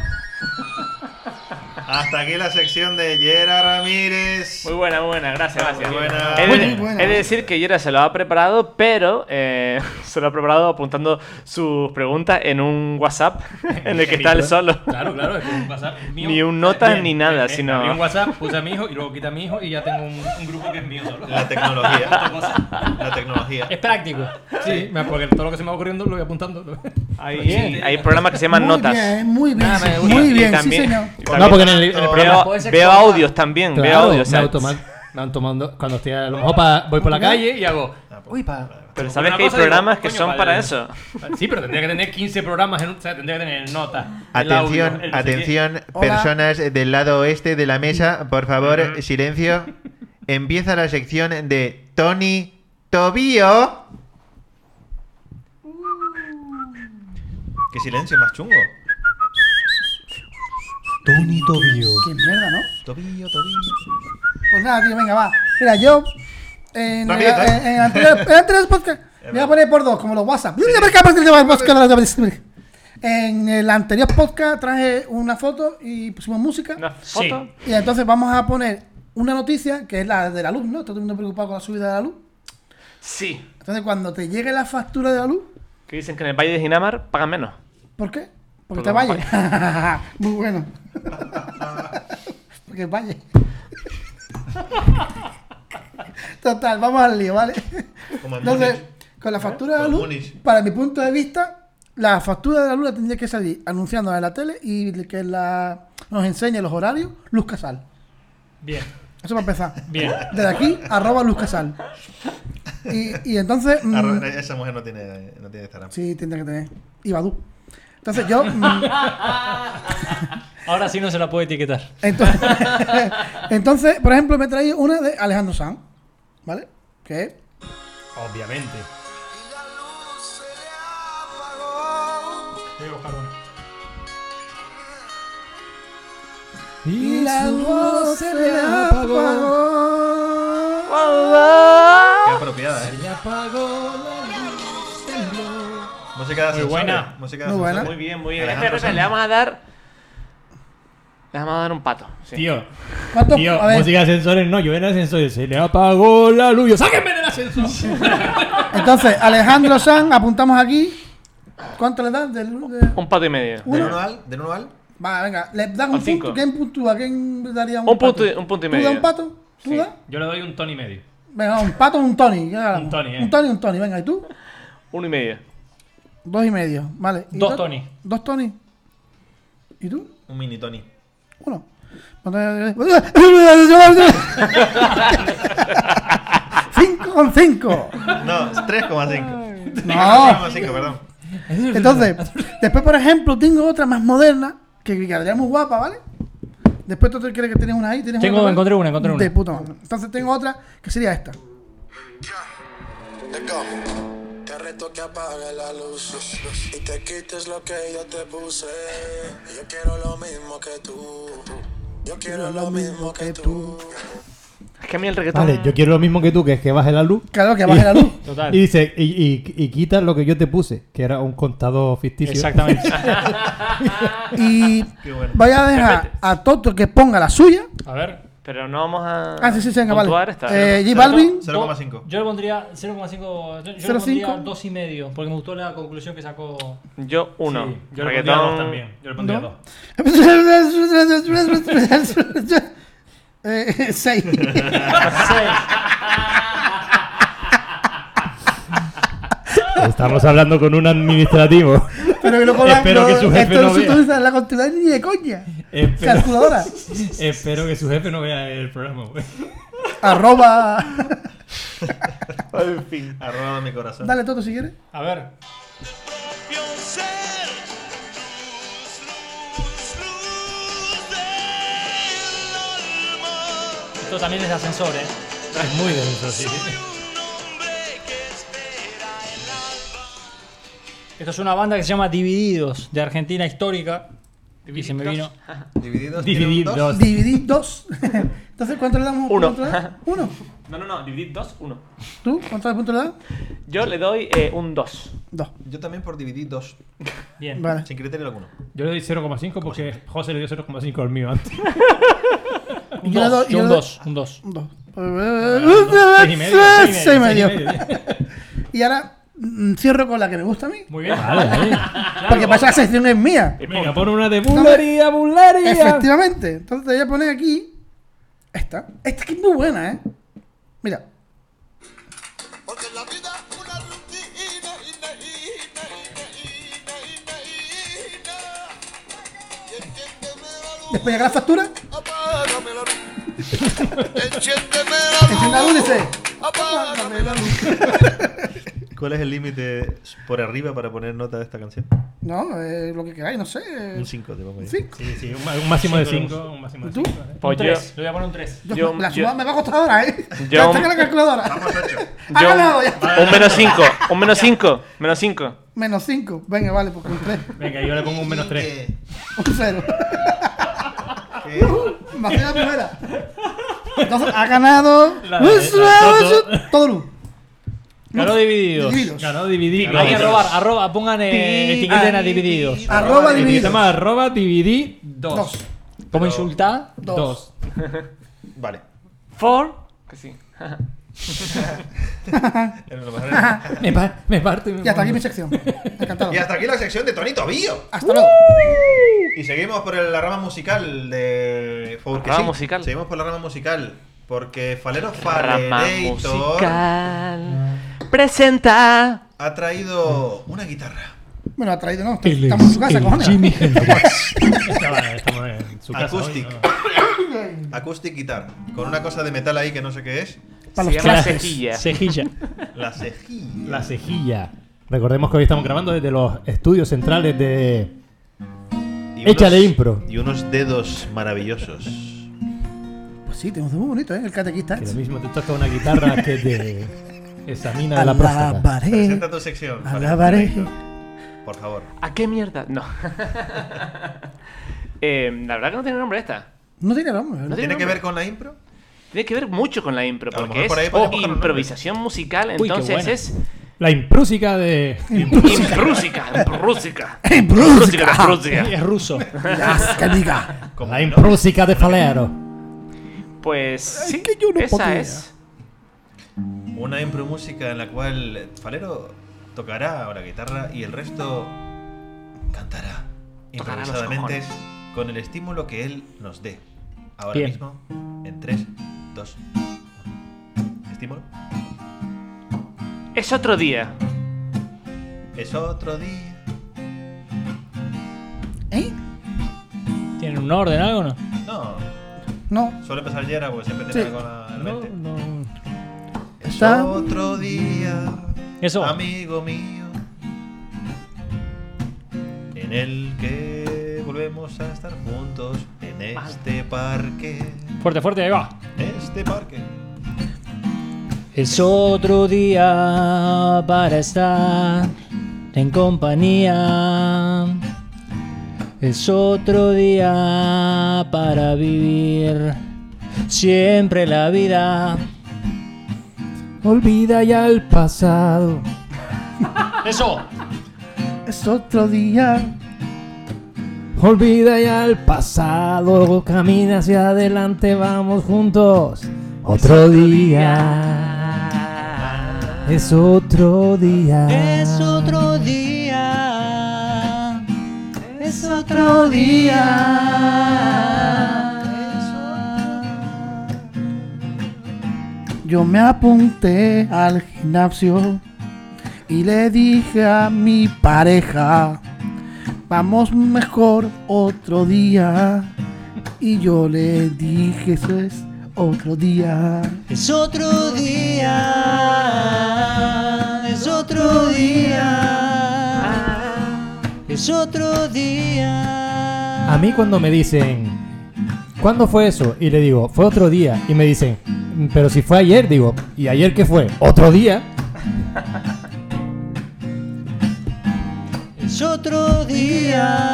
S3: Hasta aquí la sección de Yera Ramírez.
S4: Muy buena, muy buena, gracias, gracias.
S3: Muy buena.
S4: He, de,
S2: Muy buena.
S4: he de decir que Yera se lo ha preparado, pero eh, se lo ha preparado apuntando sus preguntas en un WhatsApp en el que está él solo.
S5: Claro, claro, es que un WhatsApp mío.
S4: Ni un nota
S5: Bien,
S4: ni nada,
S5: bien, bien.
S4: sino-
S5: Abrí un WhatsApp, puse a mi hijo y luego quita a mi hijo y ya tengo un, un grupo que es mío solo.
S3: La tecnología. la tecnología.
S6: Es práctico.
S5: Sí, me- porque todo lo que se me va ocurriendo lo voy apuntando.
S4: Hay, hay programas que se llaman
S2: Muy
S4: notas.
S2: bien, muy bien,
S6: Ah, me
S2: sí,
S6: gusta.
S2: muy
S4: Y
S2: bien, sí
S4: también-
S2: señor.
S4: y
S3: No,
S4: también
S5: porque en el- en el programa-
S4: veo,
S6: Podés
S4: veo
S6: explorar.
S4: audios también, veo audios. o sea,
S5: van tomando. Cuando estoy a lo mejor pa- voy por la calle y hago.
S3: Ah, pues,
S5: Uy, pa.
S4: Pero
S5: Una
S4: sabes que hay
S5: cosa digo,
S4: programas que
S5: coño,
S4: son
S5: vale.
S4: para eso.
S5: Sí, pero tendría que tener 15 programas en un. O sea, tendría que tener notas. el
S1: Atención,
S5: audio, el no sé qué.
S1: atención,
S2: Hola.
S1: personas del lado oeste de la mesa, por favor, silencio. Empieza la sección de Tony Tobío.
S3: Uh. Qué silencio más chungo.
S6: Tony Tobio.
S2: Qué mierda, ¿no?
S3: Tobillo, tobillo.
S2: Pues nada, tío, venga, va. Mira, yo. eh, En,
S3: No,
S2: en,
S3: aquí está.
S2: en, en anterior- en anteriores podcast. Me voy a poner por dos, como los WhatsApp. En el anterior podcast traje una foto y pusimos música.
S4: Una foto.
S2: Y entonces vamos a poner una noticia que es la de la luz, ¿no? Está todo el mundo preocupado con la subida de la luz.
S4: Sí.
S2: Entonces, cuando te llegue la factura de la luz,
S4: Que dicen que en el Valle de Ginamar pagan menos.
S2: ¿por qué?
S4: Por
S2: Porque te
S4: los
S2: vayas. Muy bueno. Porque vayas. Total, vamos al lío, ¿vale?
S3: Como en
S2: Entonces,
S3: Múnich.
S2: con la factura de la
S3: Por
S2: luz,
S3: Múnich.
S2: para mi punto de vista, la factura de la luz la tendría que salir anunciándola en la tele y que la, nos enseñe los horarios Luz Casal.
S6: Bien,
S2: Eso para empezar.
S6: bien.
S2: Desde aquí, arroba Luz Casal. Y, y entonces... mm,
S3: Arro- Ah, Esa mujer no tiene, no tiene Instagram.
S2: sí, tendría que tener. Y Badu. Entonces yo... mm,
S6: Ahora sí no se la puede etiquetar.
S2: Entonces, entonces, por ejemplo, me traí una de Alejandro Sanz, ¿vale? Que
S5: Obviamente.
S2: y la luz se le apagó.
S3: Qué apropiada, ¿eh?
S5: apagó la luz, tembló.
S3: Muy Música de
S5: Muy
S3: ascensores.
S5: buena.
S3: Música de
S2: Muy buena.
S3: ascensores.
S4: Muy bien, muy bien.
S3: Alejandro
S4: Espera, espera,
S3: Sanz.
S4: le vamos a dar. Le vamos a dar un pato. sí.
S5: Tío,
S2: ¿Cuántos?
S5: tío,
S2: a ver,
S5: música de ascensores no, yo en ascensores se le apagó la luz. Yo, ¡Sáquenme del ascensor!
S2: entonces, Alejandro San, apuntamos aquí. ¿Cuánto le das? Del, de-
S4: Un pato y medio.
S3: Del
S2: uno.
S3: uno al, del uno al.
S2: Va, venga, le dan
S4: Al
S2: un
S4: cinco.
S2: punto. ¿Quién puntúa? ¿Quién daría un,
S4: Un punto
S2: pato?
S4: y- un punto y
S2: ¿Tú
S4: medio.
S2: das un pato? ¿Tú
S4: Sí.
S2: das?
S5: Yo le doy un ton y medio.
S2: Venga, un pato o un Tony. ¿qué ganamos?
S5: Un Tony, eh.
S2: Un Tony, un Tony. Venga, ¿y tú?
S4: Uno y medio.
S2: Dos y medio. Vale. ¿Y
S5: Dos
S2: tú?
S5: Tony.
S2: Dos Tony. ¿Y tú?
S3: Un mini Tony.
S2: Uno. Cinco con cinco.
S3: No, 3,5.
S2: No.
S3: 3,5, perdón.
S2: Entonces, después, por ejemplo, tengo otra más moderna que que quedaría muy guapa, ¿vale? Después tú te crees que tienes una ahí. Tienes
S6: Tengo-
S2: otra, ¿vale?
S6: encontré una, encontré una.
S2: De puta madre. Entonces tengo otra que sería esta.
S7: Te como. Te reto que apague la luz y te quites lo que yo te puse. Yo quiero lo mismo que tú. Yo quiero lo mismo que tú.
S4: Es que a mí el reggaetón.
S5: Vale, yo quiero lo mismo que tú, que es que baje la luz.
S2: Claro, que baje la luz.
S6: Total.
S5: Y dice, y, y, y quita lo que yo te puse, que era un contador ficticio.
S6: Exactamente.
S2: Y voy a dejar a Toto que ponga la suya.
S6: A ver.
S4: Pero no vamos a.
S2: Ah, sí, sí, venga,
S4: puntuar
S2: vale.
S4: esta.
S2: Eh, J Balvin,
S3: 0,5.
S6: Yo le pondría 0,5. Yo, yo le
S2: 0,5.
S6: pondría 2 y medio, porque me gustó la conclusión que sacó.
S4: Yo uno.
S5: Sí, yo le pondría
S4: reggaetón.
S5: dos también. Yo le pondría
S2: ¿No?
S5: dos.
S2: Eh, seis.
S6: 6.
S5: Estamos hablando con un administrativo.
S2: Pero que no cobran-
S5: Espero
S2: no,
S5: que su jefe
S2: esto
S5: no
S2: se
S5: vea.
S2: utiliza en la continuidad ni de coña.
S5: Espero,
S2: Calculadora.
S5: espero que su jefe no vea el programa, güey.
S2: Arroba.
S4: En fin.
S3: Ha robado mi corazón.
S2: Dale Toto si quieres.
S6: A ver. Esto también es de ascensor, ¿eh?
S5: Es muy denso, sí.
S6: Esto es una banda que se llama Divididos, de Argentina histórica. Y se me vino.
S3: Divididos. tiene un
S5: Dividir
S3: dos.
S5: dos.
S2: Dividí dos. Entonces, ¿cuánto le damos?
S4: Uno.
S2: ¿Cuánto le das? Uno.
S4: No, no, no. Dividir dos, uno.
S2: ¿Tú? ¿Cuánto de punto le das?
S4: Yo le doy eh, un dos.
S2: Dos.
S3: Yo también por dividir dos.
S6: Bien.
S2: Vale.
S3: Sin criterio alguno.
S5: Yo le doy 0,5 porque José le dio 0,5 al mío antes.
S6: Un
S2: Yo le doy-
S6: 2,
S2: yo
S6: un
S2: le-
S6: 2, un 2.
S2: Un dos.
S5: Seis y medio,
S2: Seis y medio.
S5: seis y medio.
S2: Y ahora mm, cierro con la que me gusta a mí.
S6: Muy bien.
S5: Vale, vale.
S2: Porque pasa la sección es mía.
S5: Venga, pon una de
S2: bulería,
S5: bulería, bulería.
S2: Efectivamente. Entonces te voy a poner aquí. Esta. Esta que es muy buena, ¿eh? Mira.
S7: Porque la vida es una rutina. ina, ina, ina, ina, ina, ina. Y entiéndeme la luz,
S2: Después llega la factura.
S7: apágame la luz. Enciéndeme la luz.
S2: Enciende la luz y dice,
S7: Apágame la luz.
S3: ¿Cuál es el límite por arriba para poner nota de esta canción?
S2: No, eh, lo que queráis, no sé.
S3: Un 5, te pongo
S2: Un
S3: yo.
S2: cinco.
S5: Sí, sí, un, ma- un máximo de 5. Un máximo de
S2: ¿Tú?
S5: 5.
S4: Pues yo,
S6: Le voy a poner un 3.
S2: Yo-
S4: Yo-
S2: la
S4: yo-
S2: suma me va a costar ahora, ¿eh?
S4: Yo-
S2: Ya saca la calculadora. Ha
S4: yo-
S2: ganado ya.
S4: un menos cinco. Un menos cinco. Menos cinco.
S2: Menos 5. Venga, vale, pues un 3.
S5: Venga, yo le pongo un menos 3.
S2: Un 0. Más que la primera. Entonces, ha ganado.
S5: La de- la de Toto.
S2: Todo luz.
S6: Ganó Divididos.
S2: Divididos.
S5: Ganó dividir.
S6: Hay que arrobar, arroba, pongan eh, etiqueten a Divididos.
S2: Arroba
S5: Se
S2: dividido.
S5: llama arroba dividir 2.
S2: 2.
S6: ¿Cómo insultada?
S2: Dos.
S5: 2.
S3: Vale.
S4: Four. Que sí.
S3: Era lo mejor.
S5: Me, pa- me parto y me
S2: Y hasta aquí mi
S5: pongo.
S2: sección. Encantado.
S3: Y hasta aquí la sección de Tony Tobío.
S2: Hasta luego.
S3: Y seguimos por el- la rama musical de. porque
S4: Rama musical.
S3: Seguimos por la rama musical. Porque Falero
S4: Rama
S3: Falerator
S4: musical. Presenta.
S3: ha traído una guitarra
S2: Bueno, ha traído, no. Estamos en su casa, cojones. Pues
S5: Estaba- estamos en su casa hoy,
S3: Acoustic.
S5: ¿no?
S3: acoustic guitar con una cosa de metal ahí que no sé qué es
S2: Para
S4: Se
S2: los
S4: llama
S2: clases.
S4: cejilla.
S6: Cejilla.
S3: la cejilla
S5: La cejilla. Recordemos que hoy estamos grabando desde los estudios centrales de.
S3: Y
S5: Échale impro.
S3: y unos dedos maravillosos
S2: Pues sí, tenemos muy bonito, ¿eh? El catequista.
S5: Que lo mismo te toca una guitarra que te examina la próstata.
S2: Alabaré.
S3: presenta tu sección Falero
S2: Alabaré.
S3: Tobío, por favor
S4: ¿A qué mierda? No. Eh, la verdad que no tiene nombre esta.
S2: No tiene nombre. ¿verdad?
S4: No
S3: tiene que
S4: nombre.
S3: ver con la impro
S4: Tiene que ver mucho con la impro,
S3: A lo
S4: porque
S3: mejor
S4: es
S3: por ahí podemos
S4: o
S3: buscar un nombre.
S4: improvisación musical,
S6: Uy, qué
S4: entonces
S6: buena.
S4: es
S5: La imprúsica de.
S4: Imprúsica, imprúsica.
S2: Imprúsica.
S4: de Prusia.
S6: Es ruso.
S2: Las que diga.
S5: La imprúsica de Falero.
S4: Pues sí,
S2: que yo no
S4: esa
S2: podía.
S4: es.
S3: Una impro música en la cual Falero tocará la guitarra y el resto cantará
S4: Tocará los
S3: improvisadamente
S4: cojones.
S3: con el estímulo que él nos dé. Ahora
S6: Bien.
S3: mismo, en 3, 2, 1. Estímulo.
S4: Es otro día.
S3: Es otro día.
S2: ¿Eh?
S6: ¿Tienen un orden algo o no?
S3: No,
S2: No.
S3: suele pasar Yera porque siempre tiene
S2: Sí.
S3: algo en la
S6: No,
S3: mente.
S6: no.
S3: Es
S2: Está-
S3: otro día,
S6: Eso.
S3: amigo mío, en el que volvemos a estar juntos en este parque.
S6: Fuerte, fuerte, ahí va.
S3: Este parque.
S6: Es otro día para estar en compañía. Es otro día para vivir siempre la vida. Olvida ya el pasado. Eso.
S2: Es otro día.
S6: Olvida ya el pasado. Camina hacia adelante, vamos juntos. Otro día. Es otro día. Es otro día. Es otro día.
S2: Yo me apunté al gimnasio y le dije a mi pareja, vamos mejor otro día. Y yo le dije, eso es otro día.
S6: Es otro día, es otro día, es otro día.
S5: A mí cuando me dicen, ¿cuándo fue eso? Y le digo, fue otro día. Y me dicen, "Mm, pero si fue ayer, digo, ¿y ayer qué fue? ¿Otro día?
S6: es otro día.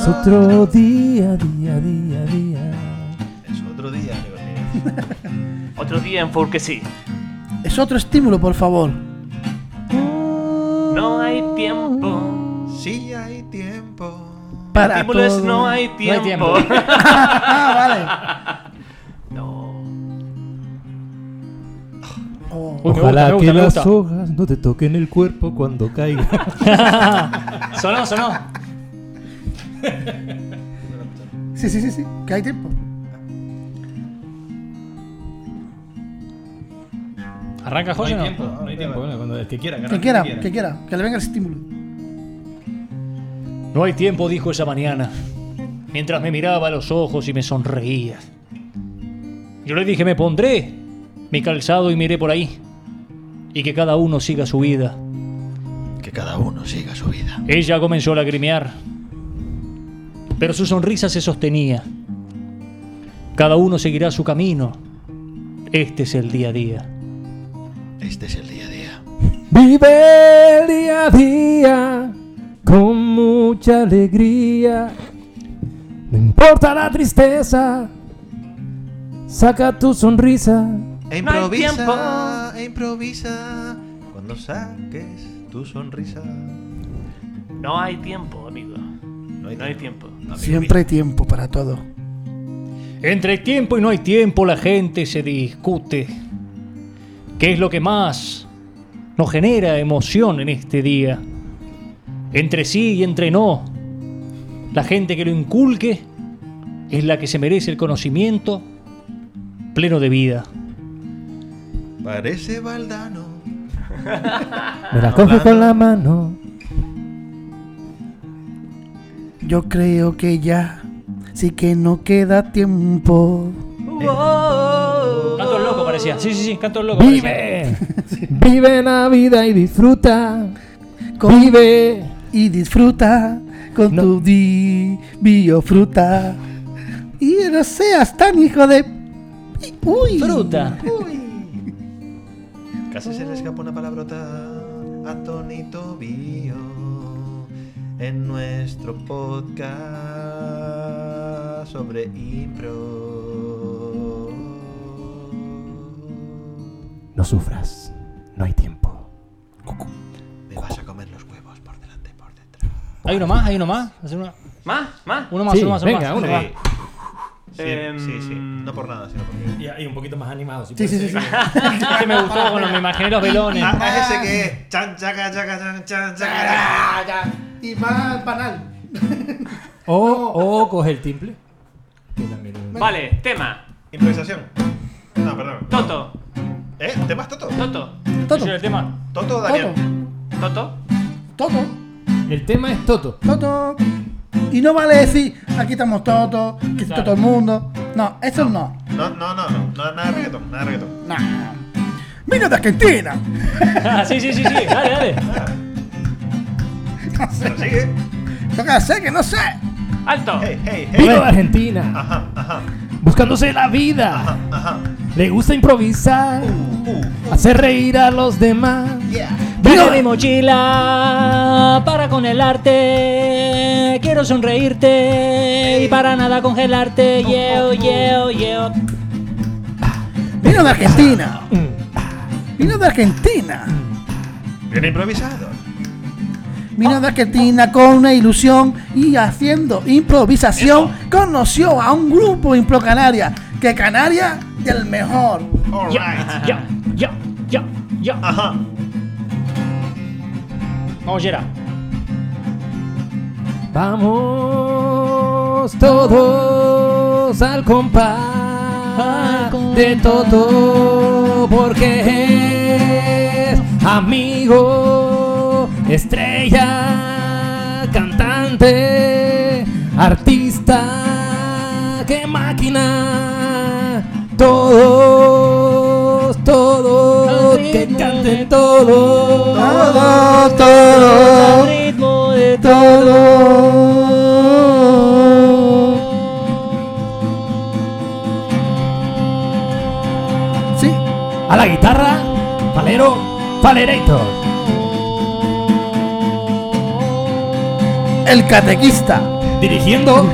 S5: Es otro día, día, día, día.
S3: Es otro día, amigos míos.
S4: Otro día en Forquesí.
S2: Es otro estímulo, por favor.
S4: No hay tiempo.
S3: Si hay tiempo.
S2: Para
S4: Estímulos,
S2: todo.
S4: no hay
S6: hay
S4: tiempo.
S2: Ah,
S4: no.
S2: vale. Oh.
S6: Uy, me
S5: Ojalá
S6: gusta, me gusta,
S5: que
S6: me
S5: las
S6: gusta.
S5: hojas no te toquen el cuerpo cuando caiga.
S6: sonó, sonó.
S2: Sí, sí, sí, sí, que hay tiempo.
S6: Arranca
S4: Pues
S6: José, ¿no?
S5: no
S3: Ah,
S5: hay tiempo. Bueno, cuando el que quiera.
S2: Que quiera, que quiera, que le venga el estímulo.
S6: No hay tiempo, dijo esa mañana, mientras me miraba a los ojos y me sonreía. Yo le dije, me pondré mi calzado y miré por ahí, y que cada uno siga su vida.
S3: Que cada uno siga su vida.
S6: Ella comenzó a lagrimear, pero su sonrisa se sostenía. Cada uno seguirá su camino. Este es el día a día.
S3: Este es el día a día.
S5: Vive el día a día con mucha alegría. No importa la tristeza, saca tu sonrisa.
S3: E
S4: No hay
S3: improvisa,
S4: tiempo.
S3: e improvisa. Cuando saques tu sonrisa.
S4: No hay tiempo, amigo.
S3: No
S4: No hay tiempo.
S3: amigo
S2: Siempre hay tiempo para todo.
S6: Entre tiempo y no hay tiempo la gente se discute. ¿Qué es lo que más nos genera emoción en este día? Entre sí y entre no. La gente que lo inculque es la que se merece el conocimiento pleno de vida.
S3: mío. Parece baldano.
S5: Me la coge con la mano.
S2: Yo creo que ya sí que no queda tiempo.
S6: Canto loco parecía. Sí, sí, sí, canto loco.
S5: Vive, vive la vida y disfruta.
S2: Con-
S5: Vive.
S2: Y disfruta con
S5: No.
S2: tu di biofruta. Y no seas tan hijo de. Uy.
S6: Fruta.
S3: Casi se le escapa una palabrota a Tony Tobío en nuestro podcast sobre impro.
S5: No sufras. no hay tiempo.
S3: Te vas a comer los huevos por delante y por detrás.
S6: Hay uno más, hay uno más. Hacer uno-
S4: ¿Más? ¿Más?
S6: Uno más,
S5: Sí,
S6: uno más, uno
S5: venga,
S6: más.
S5: uno más.
S3: Sí. Sí,
S4: Em,
S3: sí, sí. No por nada, sino porque.
S5: Y, y un poquito más animado.
S2: Sí,
S5: si puede
S2: sí, sí,
S5: ser.
S2: sí.
S6: Es que Este me gustó, bueno, me imaginé los velones.
S3: Ah, ah, ese que es. Chan, chaca, chaca, chan, chan, chaca, chaca.
S2: Ah, Y más banal.
S5: O, o coge el timple. Que también es-
S4: Vale, tema.
S3: Improvisación. No, perdón.
S4: Toto.
S3: ¿Eh? ¿Temas Toto?
S4: Toto.
S2: Toto.
S4: ¿Es el tema?
S3: Toto Daniel.
S4: Toto.
S2: Toto.
S5: El tema es Toto.
S2: Toto. Y no vale decir, aquí estamos todos, que está todo el mundo. No, eso no.
S3: No, no, no, no, no, nada de reggaetón, nada de reggaetón.
S2: No. Vino de Argentina.
S6: sí, sí, sí, sí. Dale, dale.
S2: No sé.
S3: Pero sigue.
S2: Yo qué sé, que no sé.
S4: ¡Alto!
S3: Hey, hey, hey.
S5: Vino de Argentina,
S3: Ajá, ajá,
S5: buscándose la vida.
S3: ajá.
S5: Le gusta improvisar, hacer reír a los demás.
S6: Vino mi mochila para con el arte. Quiero sonreírte y para nada congelarte. Yeo, yeo, yeo.
S2: Vino de Argentina. Vino de Argentina.
S3: Bien improvisado.
S2: Vino de Argentina con una ilusión y haciendo improvisación conoció a un grupo impro Canarias. Que Canarias del mejor.
S3: Alright.
S6: Yo, yo, yo, yo.
S3: Ajá.
S6: Vamos, Yera.
S5: Vamos todos al compás de Toto, porque es amigo, estrella, cantante, artista, que máquina. Todos, todos, que canten todos.
S2: Todo, todo,
S6: Al ritmo de tu-
S2: todo. Sí,
S5: A la guitarra, Valero, Valerator.
S2: el catequista.
S5: Dirigiendo,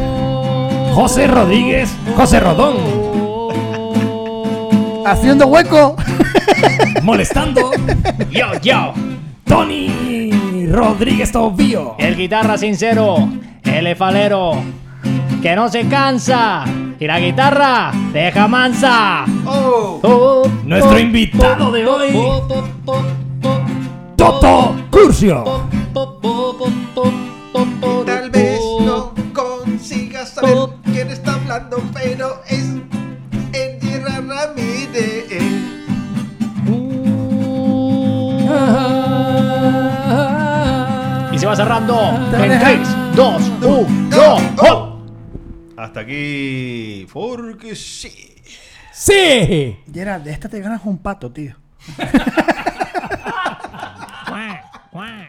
S5: José Rodríguez, José Rodón.
S2: Haciendo hueco.
S5: Molestando,
S6: Yo, yo.
S5: Tony Rodríguez Tobío.
S6: El guitarra sincero, el falero, que no se cansa. Y la guitarra deja mansa.
S3: Oh.
S6: Oh,
S5: Nuestro
S6: oh,
S5: invitado de hoy,
S6: oh, oh, oh, oh,
S5: Toto Curcio.
S6: oh, oh, oh, oh, oh, oh,
S7: Y tal vez
S6: oh.
S7: no consigas saber quién está hablando, pero es Endira Ramírez.
S6: Y se va cerrando en 3, 2, 1.
S3: Oh. Hasta aquí. Porque sí.
S5: Sí.
S2: Gerard, de esta te ganas un pato, tío.
S6: Cuá, cuá.